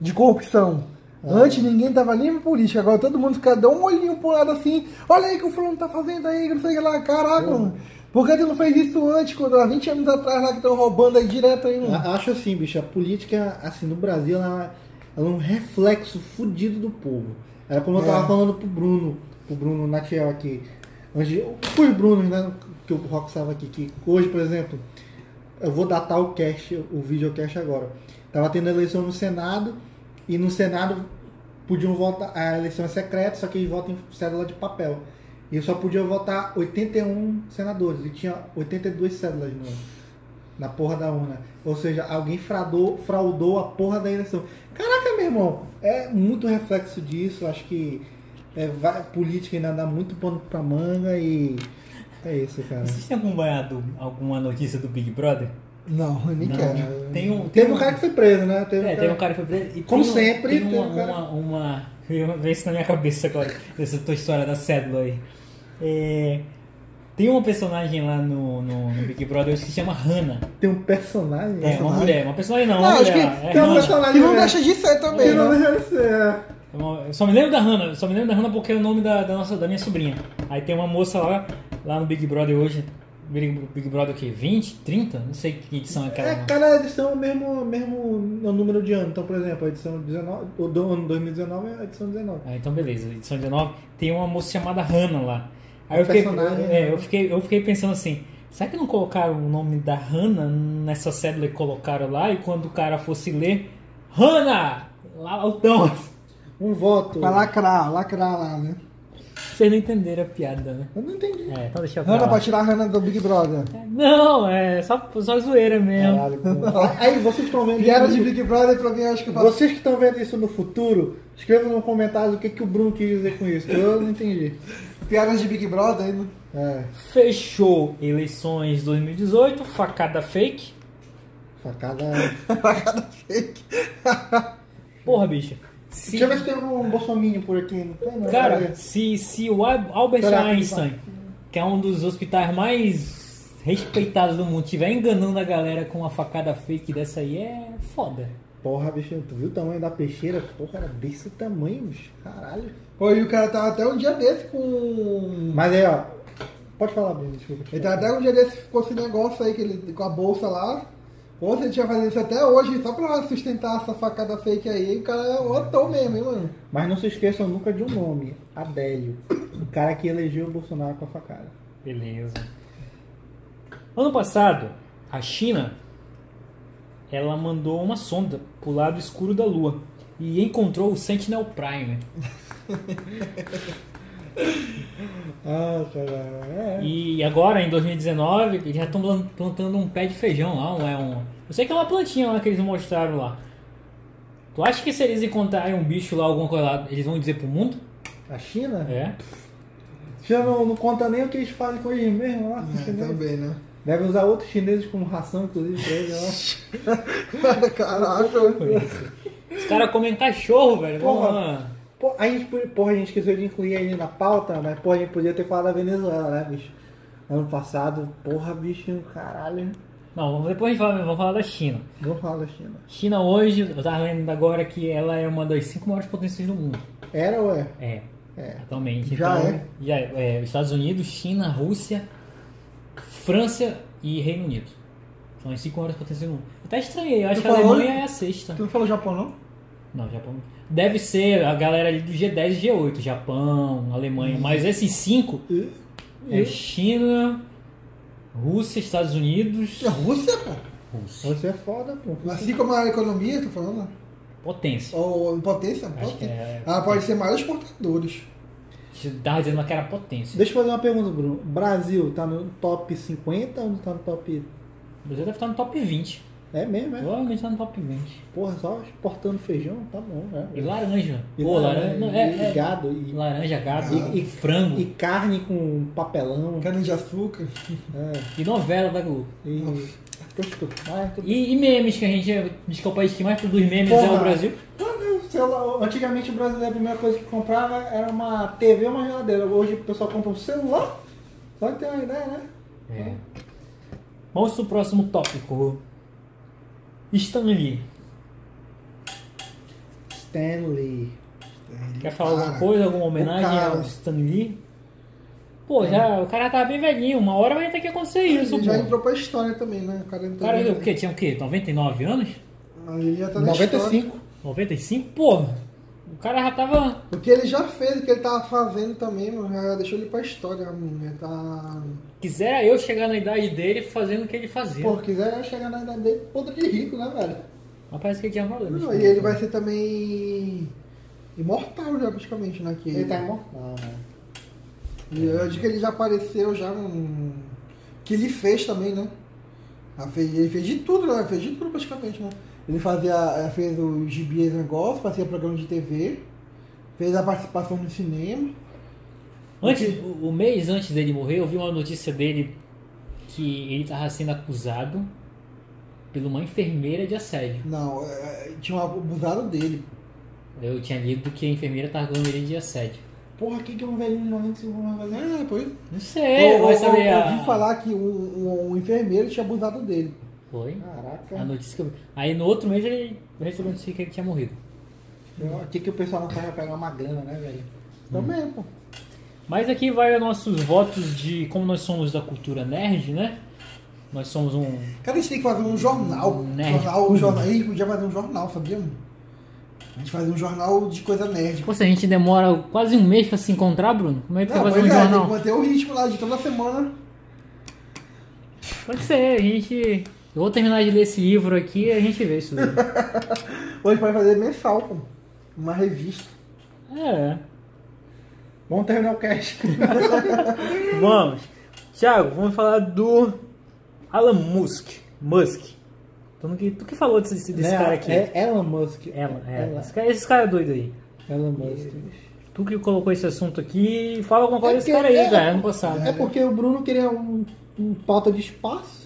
Speaker 5: De corrupção. Antes ninguém tava nem político, agora todo mundo fica dá um olhinho pro lado assim, olha aí o que o fulano tá fazendo aí, que não sei o que lá, caraca, mano. Por que tu não fez isso antes, quando há 20 anos atrás lá que estão roubando aí direto aí, mano?
Speaker 1: A- Acho assim, bicho, a política, assim, no Brasil, ela, ela é um reflexo fudido do povo. Era como eu tava falando pro Bruno, pro Bruno Natiel aqui. Antes, os Brunos, né, que o Rock estava aqui, que hoje, por exemplo, eu vou datar o cast, o videocast agora. Tava tendo eleição no Senado, e no Senado podiam votar, a eleição é secreta, só que eles votam em cédula de papel. um E só podiam votar 81 senadores, e tinha 82 cédulas no, na porra da urna. Ou seja, alguém fraudou, fraudou a porra da eleição. Caraca, meu irmão, é muito reflexo disso. Acho que é, vai- política ainda dá muito pano pra manga e é isso, cara.
Speaker 2: Vocês têm acompanhado alguma notícia do Big Brother?
Speaker 5: Não, eu nem quero.
Speaker 2: Tem um.
Speaker 1: Teve um cara que foi preso, né? Teve
Speaker 2: É,
Speaker 1: um
Speaker 2: teve
Speaker 1: cara...
Speaker 2: um cara que foi preso. e
Speaker 1: Como
Speaker 2: tem um-
Speaker 1: sempre,
Speaker 2: Tem
Speaker 1: tem
Speaker 2: uma.
Speaker 1: um cara-
Speaker 2: uma, uma... Eu- Vem isso na minha cabeça agora, essa tua história da cédula aí. É, Tem uma personagem lá no, no, no Big Brother que se chama Hannah.
Speaker 1: Tem um personagem.
Speaker 2: É, uma mulher. Uma personagem não, uma
Speaker 5: Não, acho
Speaker 2: mulher.
Speaker 5: que
Speaker 2: é
Speaker 5: tem um
Speaker 2: Hannah.
Speaker 5: personagem que não deixa de ser
Speaker 1: Que
Speaker 5: também,
Speaker 1: não
Speaker 5: né?
Speaker 1: deve ser.
Speaker 2: É uma- Eu só me lembro da Hannah, só me lembro da Hannah porque é o nome da, da nossa, da minha sobrinha. Aí tem uma moça lá, lá no Big Brother hoje. Big, Big Brother o quê? 20? 30? Não sei que edição é aquela.
Speaker 1: É,
Speaker 2: não.
Speaker 1: cada edição é o mesmo, mesmo número de ano. Então, por exemplo, a edição 19, o do ano 2019 é a edição 19.
Speaker 2: Ah, então beleza, edição 19, tem uma moça chamada Hannah lá. Aí eu fiquei,
Speaker 1: personagem,
Speaker 2: é,
Speaker 1: né?
Speaker 2: eu, fiquei, eu fiquei pensando assim, será que não colocaram o nome da Hannah nessa cédula e colocaram lá? E quando o cara fosse ler, Hannah! Lá altão.
Speaker 1: Um voto.
Speaker 5: Pra lacrar, lacrar lá, né?
Speaker 2: Vocês não entenderam a piada, né?
Speaker 1: Eu não entendi.
Speaker 2: É, então deixa eu
Speaker 5: Ana, pra tirar a Hannah do Big Brother.
Speaker 2: Não, é só, só zoeira mesmo.
Speaker 1: Caralho, como- Aí vocês estão vendo
Speaker 5: Vieram de
Speaker 1: isso.
Speaker 5: Big Brother pra mim, acho que eu faço.
Speaker 1: Vocês que estão vendo isso no futuro, escrevam no comentário o que, que o Bruno quis dizer com isso. Eu não entendi.
Speaker 5: Piadas de Big Brother ainda.
Speaker 1: É,
Speaker 2: Fechou eleições 2018, facada fake.
Speaker 1: facada.
Speaker 2: Porra, bicho. Se-
Speaker 1: Deixa eu ver se tem um bolsominho por aqui. Não tem, não.
Speaker 2: Cara,
Speaker 1: Cadê?
Speaker 2: se, se o Al- Albert
Speaker 1: Será que
Speaker 2: Einstein, que é um dos hospitais mais respeitados do mundo, estiver enganando a galera com uma facada fake dessa aí, é foda.
Speaker 1: Porra, bicho, tu viu o tamanho da peixeira? Porra, era desse tamanho, bicho. Caralho.
Speaker 5: Pô, e o cara tava até um dia desse com.
Speaker 1: Mas aí, ó. Pode falar, Bruno, desculpa.
Speaker 5: Ele tava até um dia desse ficou esse negócio aí que ele, com a bolsa lá. Ou se ele tinha fazendo isso até hoje, só pra sustentar essa facada fake aí, o cara é um otão mesmo, hein, mano?
Speaker 1: Mas não se esqueçam nunca de um nome: Adélio. O cara que elegeu o Bolsonaro com a facada.
Speaker 2: Beleza. Ano passado, a China ela mandou uma sonda pro lado escuro da Lua e encontrou o Sentinel Prime.
Speaker 1: Ah, cara. É.
Speaker 2: E agora, em 2019, eles já estão plan- plantando um pé de feijão lá, um- é um. Eu sei que é uma plantinha lá que eles mostraram lá. Tu acha que se eles encontrarem um bicho lá, alguma coisa lá, eles vão dizer pro mundo?
Speaker 1: A China?
Speaker 2: É.
Speaker 1: Já não, não conta nem o que eles fazem com eles mesmos lá.
Speaker 5: É,
Speaker 1: entendeu?
Speaker 5: também, né?
Speaker 1: Devem usar outros chineses como ração, inclusive, pra eles lá.
Speaker 5: Caraca, mano.
Speaker 2: Os caras comem cachorro, velho. Vamos
Speaker 1: Porra.
Speaker 2: lá.
Speaker 1: Pô, a gente, po- porra, a gente esqueceu de incluir ele na pauta, mas porra, a gente podia ter falado da Venezuela, né, bicho? Ano passado, porra, bicho, caralho.
Speaker 2: Não, vamos- depois a gente fala, vamos falar da China.
Speaker 1: Não fala da China.
Speaker 2: China hoje, eu tava lendo agora que ela é uma das cinco maiores potências do mundo.
Speaker 1: Era ou é?
Speaker 2: É.
Speaker 1: É.
Speaker 2: Atualmente.
Speaker 5: Já
Speaker 2: então,
Speaker 5: é?
Speaker 2: Já é, é, Estados Unidos, China, Rússia, França e Reino Unido. São as cinco horas potências do mundo. Até estranhei, eu acho
Speaker 5: Tu
Speaker 2: que a
Speaker 5: falou? né?
Speaker 2: Alemanha é a sexta.
Speaker 5: Tu não falou Japão, não?
Speaker 2: Não, Japão. Deve ser a galera ali do G10 e G8, Japão, Alemanha.
Speaker 5: Uhum.
Speaker 2: Mas esses cinco é China, Rússia, Estados Unidos.
Speaker 5: É Rússia, pô.
Speaker 2: Rússia.
Speaker 1: Você é foda, pô.
Speaker 5: Assim como a economia, tu falando?
Speaker 2: Potência.
Speaker 5: Ou potência?
Speaker 2: Acho que
Speaker 5: potência.
Speaker 2: é.
Speaker 5: Ela pode ser maior exportadores.
Speaker 2: Tava dizendo que era potência.
Speaker 1: Deixa eu fazer uma pergunta, Bruno. Brasil tá no top 50 ou não tá no top.
Speaker 2: O Brasil deve estar no top 20.
Speaker 1: É mesmo, é?
Speaker 2: Provavelmente está no top 20.
Speaker 1: Porra, só exportando feijão, tá bom, né?
Speaker 2: E laranja. Pô, laranja. não, é-
Speaker 1: e
Speaker 2: é,
Speaker 1: gado, e,
Speaker 2: Laranja, gado e,
Speaker 1: E-
Speaker 2: frango. E,
Speaker 1: e carne com papelão.
Speaker 5: Cana de açúcar.
Speaker 1: É,
Speaker 2: novela da Globo.
Speaker 1: e. Poxa, tu- ah, tu-
Speaker 2: E, e memes, que a gente é- diz que é o país que mais produz memes é
Speaker 1: Porra.
Speaker 2: o Brasil.
Speaker 1: Ah, Sei lá, antigamente o brasileiro a primeira coisa que comprava era uma TV ou uma geladeira. Hoje o pessoal compra um celular. Só que tem uma ideia, né?
Speaker 2: É. Vamos pro próximo tópico. Stanley.
Speaker 1: Stanley.
Speaker 2: Quer falar alguma
Speaker 5: Cara,
Speaker 2: coisa, alguma homenagem
Speaker 5: o cara- é um
Speaker 2: ao Stanley? Pô, já, o cara tava bem velhinho. Uma hora vai ter que acontecer isso,
Speaker 5: Ele já
Speaker 2: pô.
Speaker 5: entrou pra história também, né? O cara
Speaker 2: O
Speaker 5: entrou.
Speaker 2: cara o quê? tinha o quê? 99 anos?
Speaker 5: Mas ele já tá na 95.
Speaker 1: 95.
Speaker 2: 95? Pô, o cara já tava...
Speaker 5: O que ele já fez, o que ele tava fazendo também, mano, já deixou ele pra história, mano. Ele tá.
Speaker 2: Quisera eu chegar na idade dele fazendo o que ele fazia.
Speaker 1: Pô, quiser chegar na idade dele, podre de rico, né, velho?
Speaker 2: Mas parece que ele tinha né? problemas.
Speaker 5: Não, e ele vai ser também. imortal já, praticamente, né? Que
Speaker 1: Ele tá imortal, né?
Speaker 5: E Eu digo que ele já apareceu já num. Que ele fez também, né? Ah, fez- ele fez de tudo, né? Fez de tudo praticamente, né? Ele fazia, eh, fez o gibi esse negócio, fazia programa de TV, fez a participação no cinema.
Speaker 2: Antes, o o mês antes dele morrer, eu vi uma notícia dele que ele estava sendo acusado por uma enfermeira de assédio.
Speaker 5: Não, eh, tinha um abusado dele.
Speaker 2: Eu tinha lido que a enfermeira estava acusando ele de assédio.
Speaker 1: Porra, o que, que um velhinho de 95 anos vai fazer?
Speaker 5: É, pois.
Speaker 2: Não sei, vai saber.
Speaker 5: eu
Speaker 2: a-
Speaker 5: ouvi falar que um, um- um enfermeiro tinha abusado dele.
Speaker 2: Foi? A
Speaker 5: É.
Speaker 1: Caraca.
Speaker 2: notícia que eu... vi. Aí no outro mês ele recebeu a notícia que ele tinha morrido.
Speaker 1: O que, que o pessoal não faz pra pegar uma grana, né, velho?
Speaker 5: Também, pô.
Speaker 2: Mas aqui vai os nossos votos de como nós somos da cultura nerd, né? Nós somos um.
Speaker 5: Cara, a gente tem que fazer um jornal.
Speaker 2: Nerd.
Speaker 5: Jornal, jornalismo, podia fazer um jornal, sabia? A gente fazia um jornal de coisa nerd.
Speaker 2: Pô, se a gente demora quase um mês pra se encontrar, Bruno, como é que tu
Speaker 5: Não,
Speaker 2: vai
Speaker 5: mas
Speaker 2: fazer um
Speaker 5: é, tem que
Speaker 2: jornal?
Speaker 5: manter o ritmo lá de toda semana.
Speaker 2: Pode ser, a gente. Eu vou terminar de ler esse livro aqui e a gente vê isso daí.
Speaker 5: Hoje pode fazer mensal, pô. Uma revista.
Speaker 2: É.
Speaker 1: Vamos terminar o cast.
Speaker 2: Vamos. Thiago, vamos falar do Alan Musk. Musk. Tu que, tu que falou desse, desse
Speaker 1: Né,
Speaker 2: cara aqui?
Speaker 1: É Elon Musk.
Speaker 2: Ela, é.
Speaker 1: Ela.
Speaker 2: Esse, cara, esse cara é doido aí.
Speaker 1: Elon Musk.
Speaker 2: Tu que colocou esse assunto aqui, fala alguma coisa
Speaker 1: É
Speaker 2: desse
Speaker 1: porque-
Speaker 2: cara aí,
Speaker 1: é-
Speaker 2: cara, ano passado.
Speaker 1: É porque o Bruno queria um, um pauta de espaço.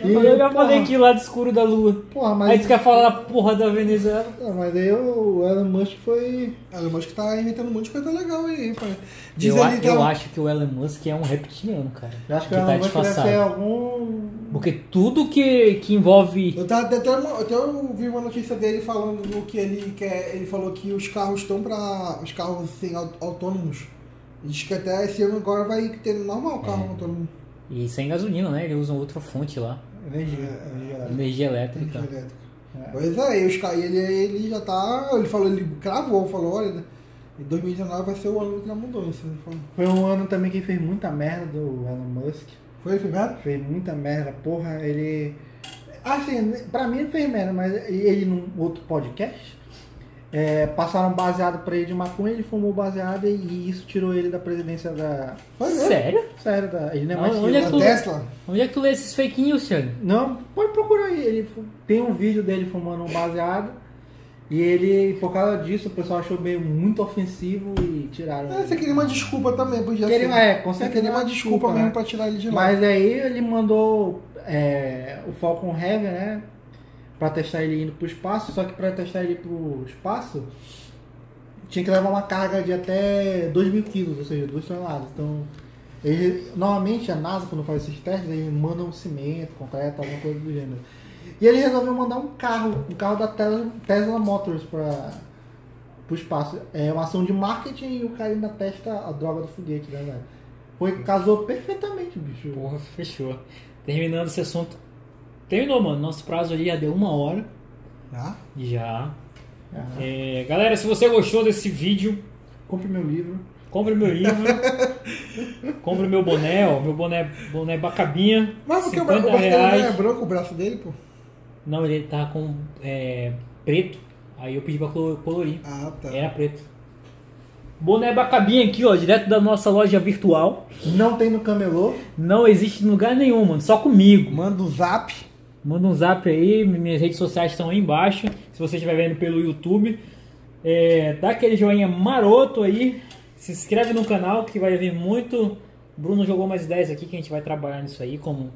Speaker 2: Eu falei- eu já
Speaker 1: porra,
Speaker 2: falei aqui, lado escuro da lua.
Speaker 1: Porra,
Speaker 2: Aí tu
Speaker 1: mas,
Speaker 2: quer falar da porra da Venezuela.
Speaker 1: Ah, mas aí o Elon Musk foi.
Speaker 5: Olha, eu acho que tá inventando um monte de coisa legal aí, rapaz. Diz então,
Speaker 2: Eu,
Speaker 5: ali
Speaker 2: a-
Speaker 5: que
Speaker 1: então.
Speaker 2: eu
Speaker 5: ela-
Speaker 2: acho que o Elon Musk é um reptiliano, cara.
Speaker 1: Eu acho que,
Speaker 2: que
Speaker 1: o
Speaker 2: tá
Speaker 1: Elon Musk deve
Speaker 2: disfarçado.
Speaker 1: ser algum.
Speaker 2: Porque tudo que, que envolve.
Speaker 5: Eu tava- até, uma- até eu vi uma notícia dele falando do que ele quer. Ele falou que os carros estão pra. Os carros assim, au- autônomos. Diz que até esse ano agora vai ter normal o
Speaker 2: É.
Speaker 5: carro autônomo.
Speaker 2: E sem gasolina, né? Ele usa outra fonte lá.
Speaker 1: Energia. energia.
Speaker 2: Energia
Speaker 5: energia
Speaker 2: elétrica.
Speaker 5: elétrica. Pois é, e os carros, ele, ele já tá. Ele falou, ele cravou, falou, olha, né, em 2019 vai ser o ano da mudança. Ele falou,
Speaker 1: Foi um ano também que fez muita merda do Elon Musk.
Speaker 5: Foi isso mesmo?
Speaker 1: Fez muita merda, porra, ele. Assim, pra mim ele fez merda, mas ele num outro podcast. é, passaram baseado pra ele de maconha, ele fumou baseado e isso tirou ele da presidência da.
Speaker 5: Foi mesmo.
Speaker 2: Sério?
Speaker 1: Sério, da. Ele não é
Speaker 2: Não,
Speaker 1: mais
Speaker 2: olha
Speaker 1: CEO.
Speaker 5: A
Speaker 2: tu-
Speaker 5: Tesla?
Speaker 2: Onde é que tu lê esses fake news, Thiago?
Speaker 1: Não, pode procurar aí. Ele fu- tem um vídeo dele fumando um baseado. E ele, por causa disso, o pessoal achou meio muito ofensivo e tiraram.
Speaker 5: É,
Speaker 1: ele.
Speaker 5: você queria uma desculpa também, podia
Speaker 1: Queria-
Speaker 5: ser.
Speaker 1: é, com
Speaker 5: Você
Speaker 1: certeza
Speaker 5: queria uma
Speaker 1: uma
Speaker 5: desculpa
Speaker 1: desculpa, né?
Speaker 5: mesmo pra tirar ele de lá.
Speaker 1: Mas aí ele mandou é, o Falcon Heavy, né? Pra testar ele indo pro espaço, só que pra testar ele pro espaço tinha que levar uma carga de até 2 mil quilos, ou seja, 2 toneladas. Então, ele- normalmente a NASA, quando faz esses testes, eles mandam um cimento, concreto, alguma coisa do gênero. E ele resolveu mandar um carro, um carro da Tesla, Tesla Motors pra, pro espaço. É uma ação de marketing e o cara ainda testa a droga do foguete, né, velho? Foi, casou perfeitamente, bicho.
Speaker 2: Porra, fechou. Terminando esse assunto. Terminou, mano. Nosso prazo ali já deu uma hora.
Speaker 5: Ah,
Speaker 2: Já.
Speaker 1: Ah.
Speaker 2: É, galera, se você gostou desse vídeo,
Speaker 1: Compre meu livro.
Speaker 2: compre meu livro. compre meu boné, ó. Meu boné, boné bacabinha.
Speaker 5: Mas porque o bra- o
Speaker 2: 50
Speaker 5: Barcelona
Speaker 2: reais.
Speaker 5: é branco o braço dele, pô?
Speaker 2: Não, ele tá com é, preto. Aí eu pedi pra colo- colorir.
Speaker 5: Ah, tá.
Speaker 1: É.
Speaker 2: Era preto. Boné bacabinha aqui, ó. Direto da nossa loja virtual.
Speaker 1: Não tem no camelô.
Speaker 2: Não existe em lugar nenhum, mano. Só comigo.
Speaker 5: Manda o zap.
Speaker 1: Então,
Speaker 2: Manda um zap aí, minhas redes sociais estão aí embaixo. Se você estiver vendo pelo YouTube, é, dá aquele joinha maroto aí. Se inscreve no canal que vai vir muito. O Bruno jogou mais ideias aqui que a gente vai trabalhar nisso aí, como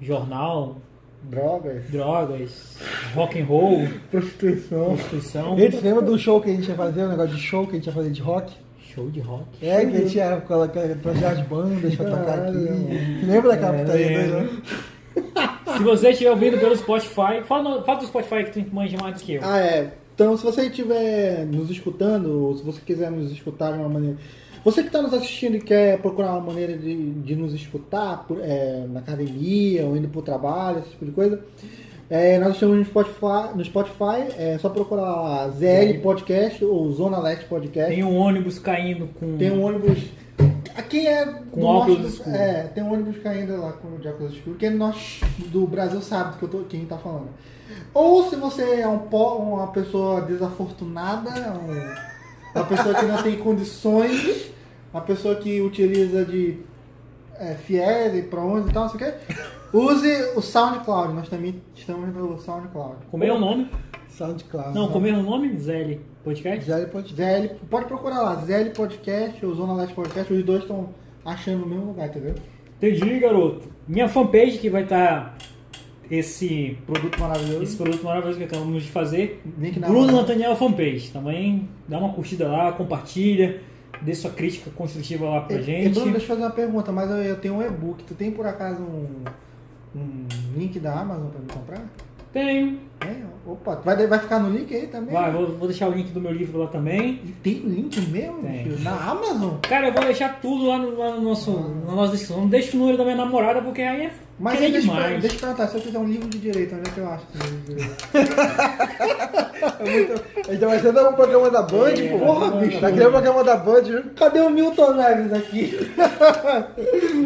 Speaker 2: jornal,
Speaker 1: Drogas.
Speaker 2: drogas, rock and roll,
Speaker 1: Prostituição.
Speaker 2: prostituição,
Speaker 5: Gente, você lembra do show que a gente ia fazer, o negócio de show que a gente ia fazer de rock?
Speaker 2: show de rock.
Speaker 5: É, que a gente ia colocar, trazer as bandas pra tocar aqui. Lembra daquela putaria doida? né?
Speaker 2: Se você estiver ouvindo pelo Spotify, fala, no- fala do Spotify que tu manja mais do que eu.
Speaker 1: Ah, é. Então, se você estiver nos escutando, ou se você quiser nos escutar de uma maneira. Você que está nos assistindo e quer procurar uma maneira de, de nos escutar por- é, na academia ou indo para o trabalho, esse tipo de coisa, é, nós estamos no Spotify. No Spotify é só procurar lá ZL Podcast ou Zona Leste Podcast.
Speaker 2: Tem um ônibus caindo com.
Speaker 1: Tem um ônibus. Aqui é
Speaker 2: Com
Speaker 1: do
Speaker 2: óculos
Speaker 1: norte do-
Speaker 2: escuros.
Speaker 1: É, tem um ônibus caindo lá com de óculos escuros. Quem nós do Brasil sabe do que eu tô, quem tá falando. Ou se você é um pó, uma pessoa desafortunada, um- uma pessoa que não tem condições, uma pessoa que utiliza de é, fiel e pra onde e tal, não sei o quê. Use o SoundCloud, nós também estamos no SoundCloud.
Speaker 2: Como é o nome?
Speaker 1: SoundCloud.
Speaker 2: Não, como é o nome? ZL Podcast?
Speaker 1: ZL Podcast. ZL, pode procurar lá, ZL Podcast ou Zona Leste Podcast, os dois estão achando no mesmo lugar, entendeu?
Speaker 2: Entendi, garoto. Minha fanpage que vai estar esse,
Speaker 1: Produto maravilhoso.
Speaker 2: esse produto maravilhoso que acabamos de fazer.
Speaker 1: Link na
Speaker 2: Bruno
Speaker 1: bio.
Speaker 2: Nathaniel fanpage. Também dá uma curtida lá, compartilha, dê sua crítica construtiva lá pra
Speaker 1: E- e,
Speaker 2: gente.
Speaker 1: Bruno, deixa eu fazer uma pergunta, mas eu, eu tenho um e-book. Tu tem por acaso um, um link da Amazon pra me comprar?
Speaker 2: Tenho.
Speaker 1: Tem? Opa, tu vai, vai ficar no link aí também?
Speaker 2: Vai, vou, vou deixar o link do meu livro lá também.
Speaker 1: E Tem link mesmo,
Speaker 2: Tem.
Speaker 1: tio? Na Amazon?
Speaker 2: Cara, eu vou deixar tudo lá no, lá no nosso, na nossa descrição. Não deixa o número da minha namorada, porque aí é
Speaker 1: Mas
Speaker 2: querer
Speaker 1: aí deixa, eu-
Speaker 2: demais.
Speaker 1: deixa eu perguntar, se eu fizer um livro de direito, onde é que eu acho esse livro de direito?
Speaker 5: A gente vai ser um programa da Band, pô.
Speaker 1: Porra, bicho.
Speaker 5: Tá criando um programa da Band, viu?
Speaker 1: Cadê o Milton Neves aqui?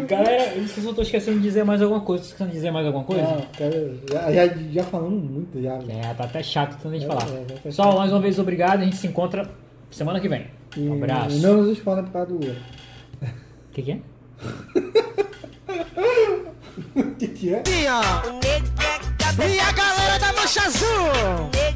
Speaker 2: Galera, eu não sei se eu tô esquecendo de dizer mais alguma coisa. Vocês querem dizer mais alguma coisa?
Speaker 1: Não, cara, já, já, já falamos muito já. né?
Speaker 2: É, tá até chato tanto a gente
Speaker 1: É,
Speaker 2: falar.
Speaker 1: é, tá
Speaker 2: Pessoal, mais uma vez, obrigado. A gente se encontra semana que vem. Um abraço.
Speaker 1: E não nos expõe por causa do Lula.
Speaker 2: O que, que é?
Speaker 1: O que que é?
Speaker 3: Pinha.
Speaker 4: O negro é cabeça.
Speaker 3: E a galera da Mancha Azul.
Speaker 4: O negro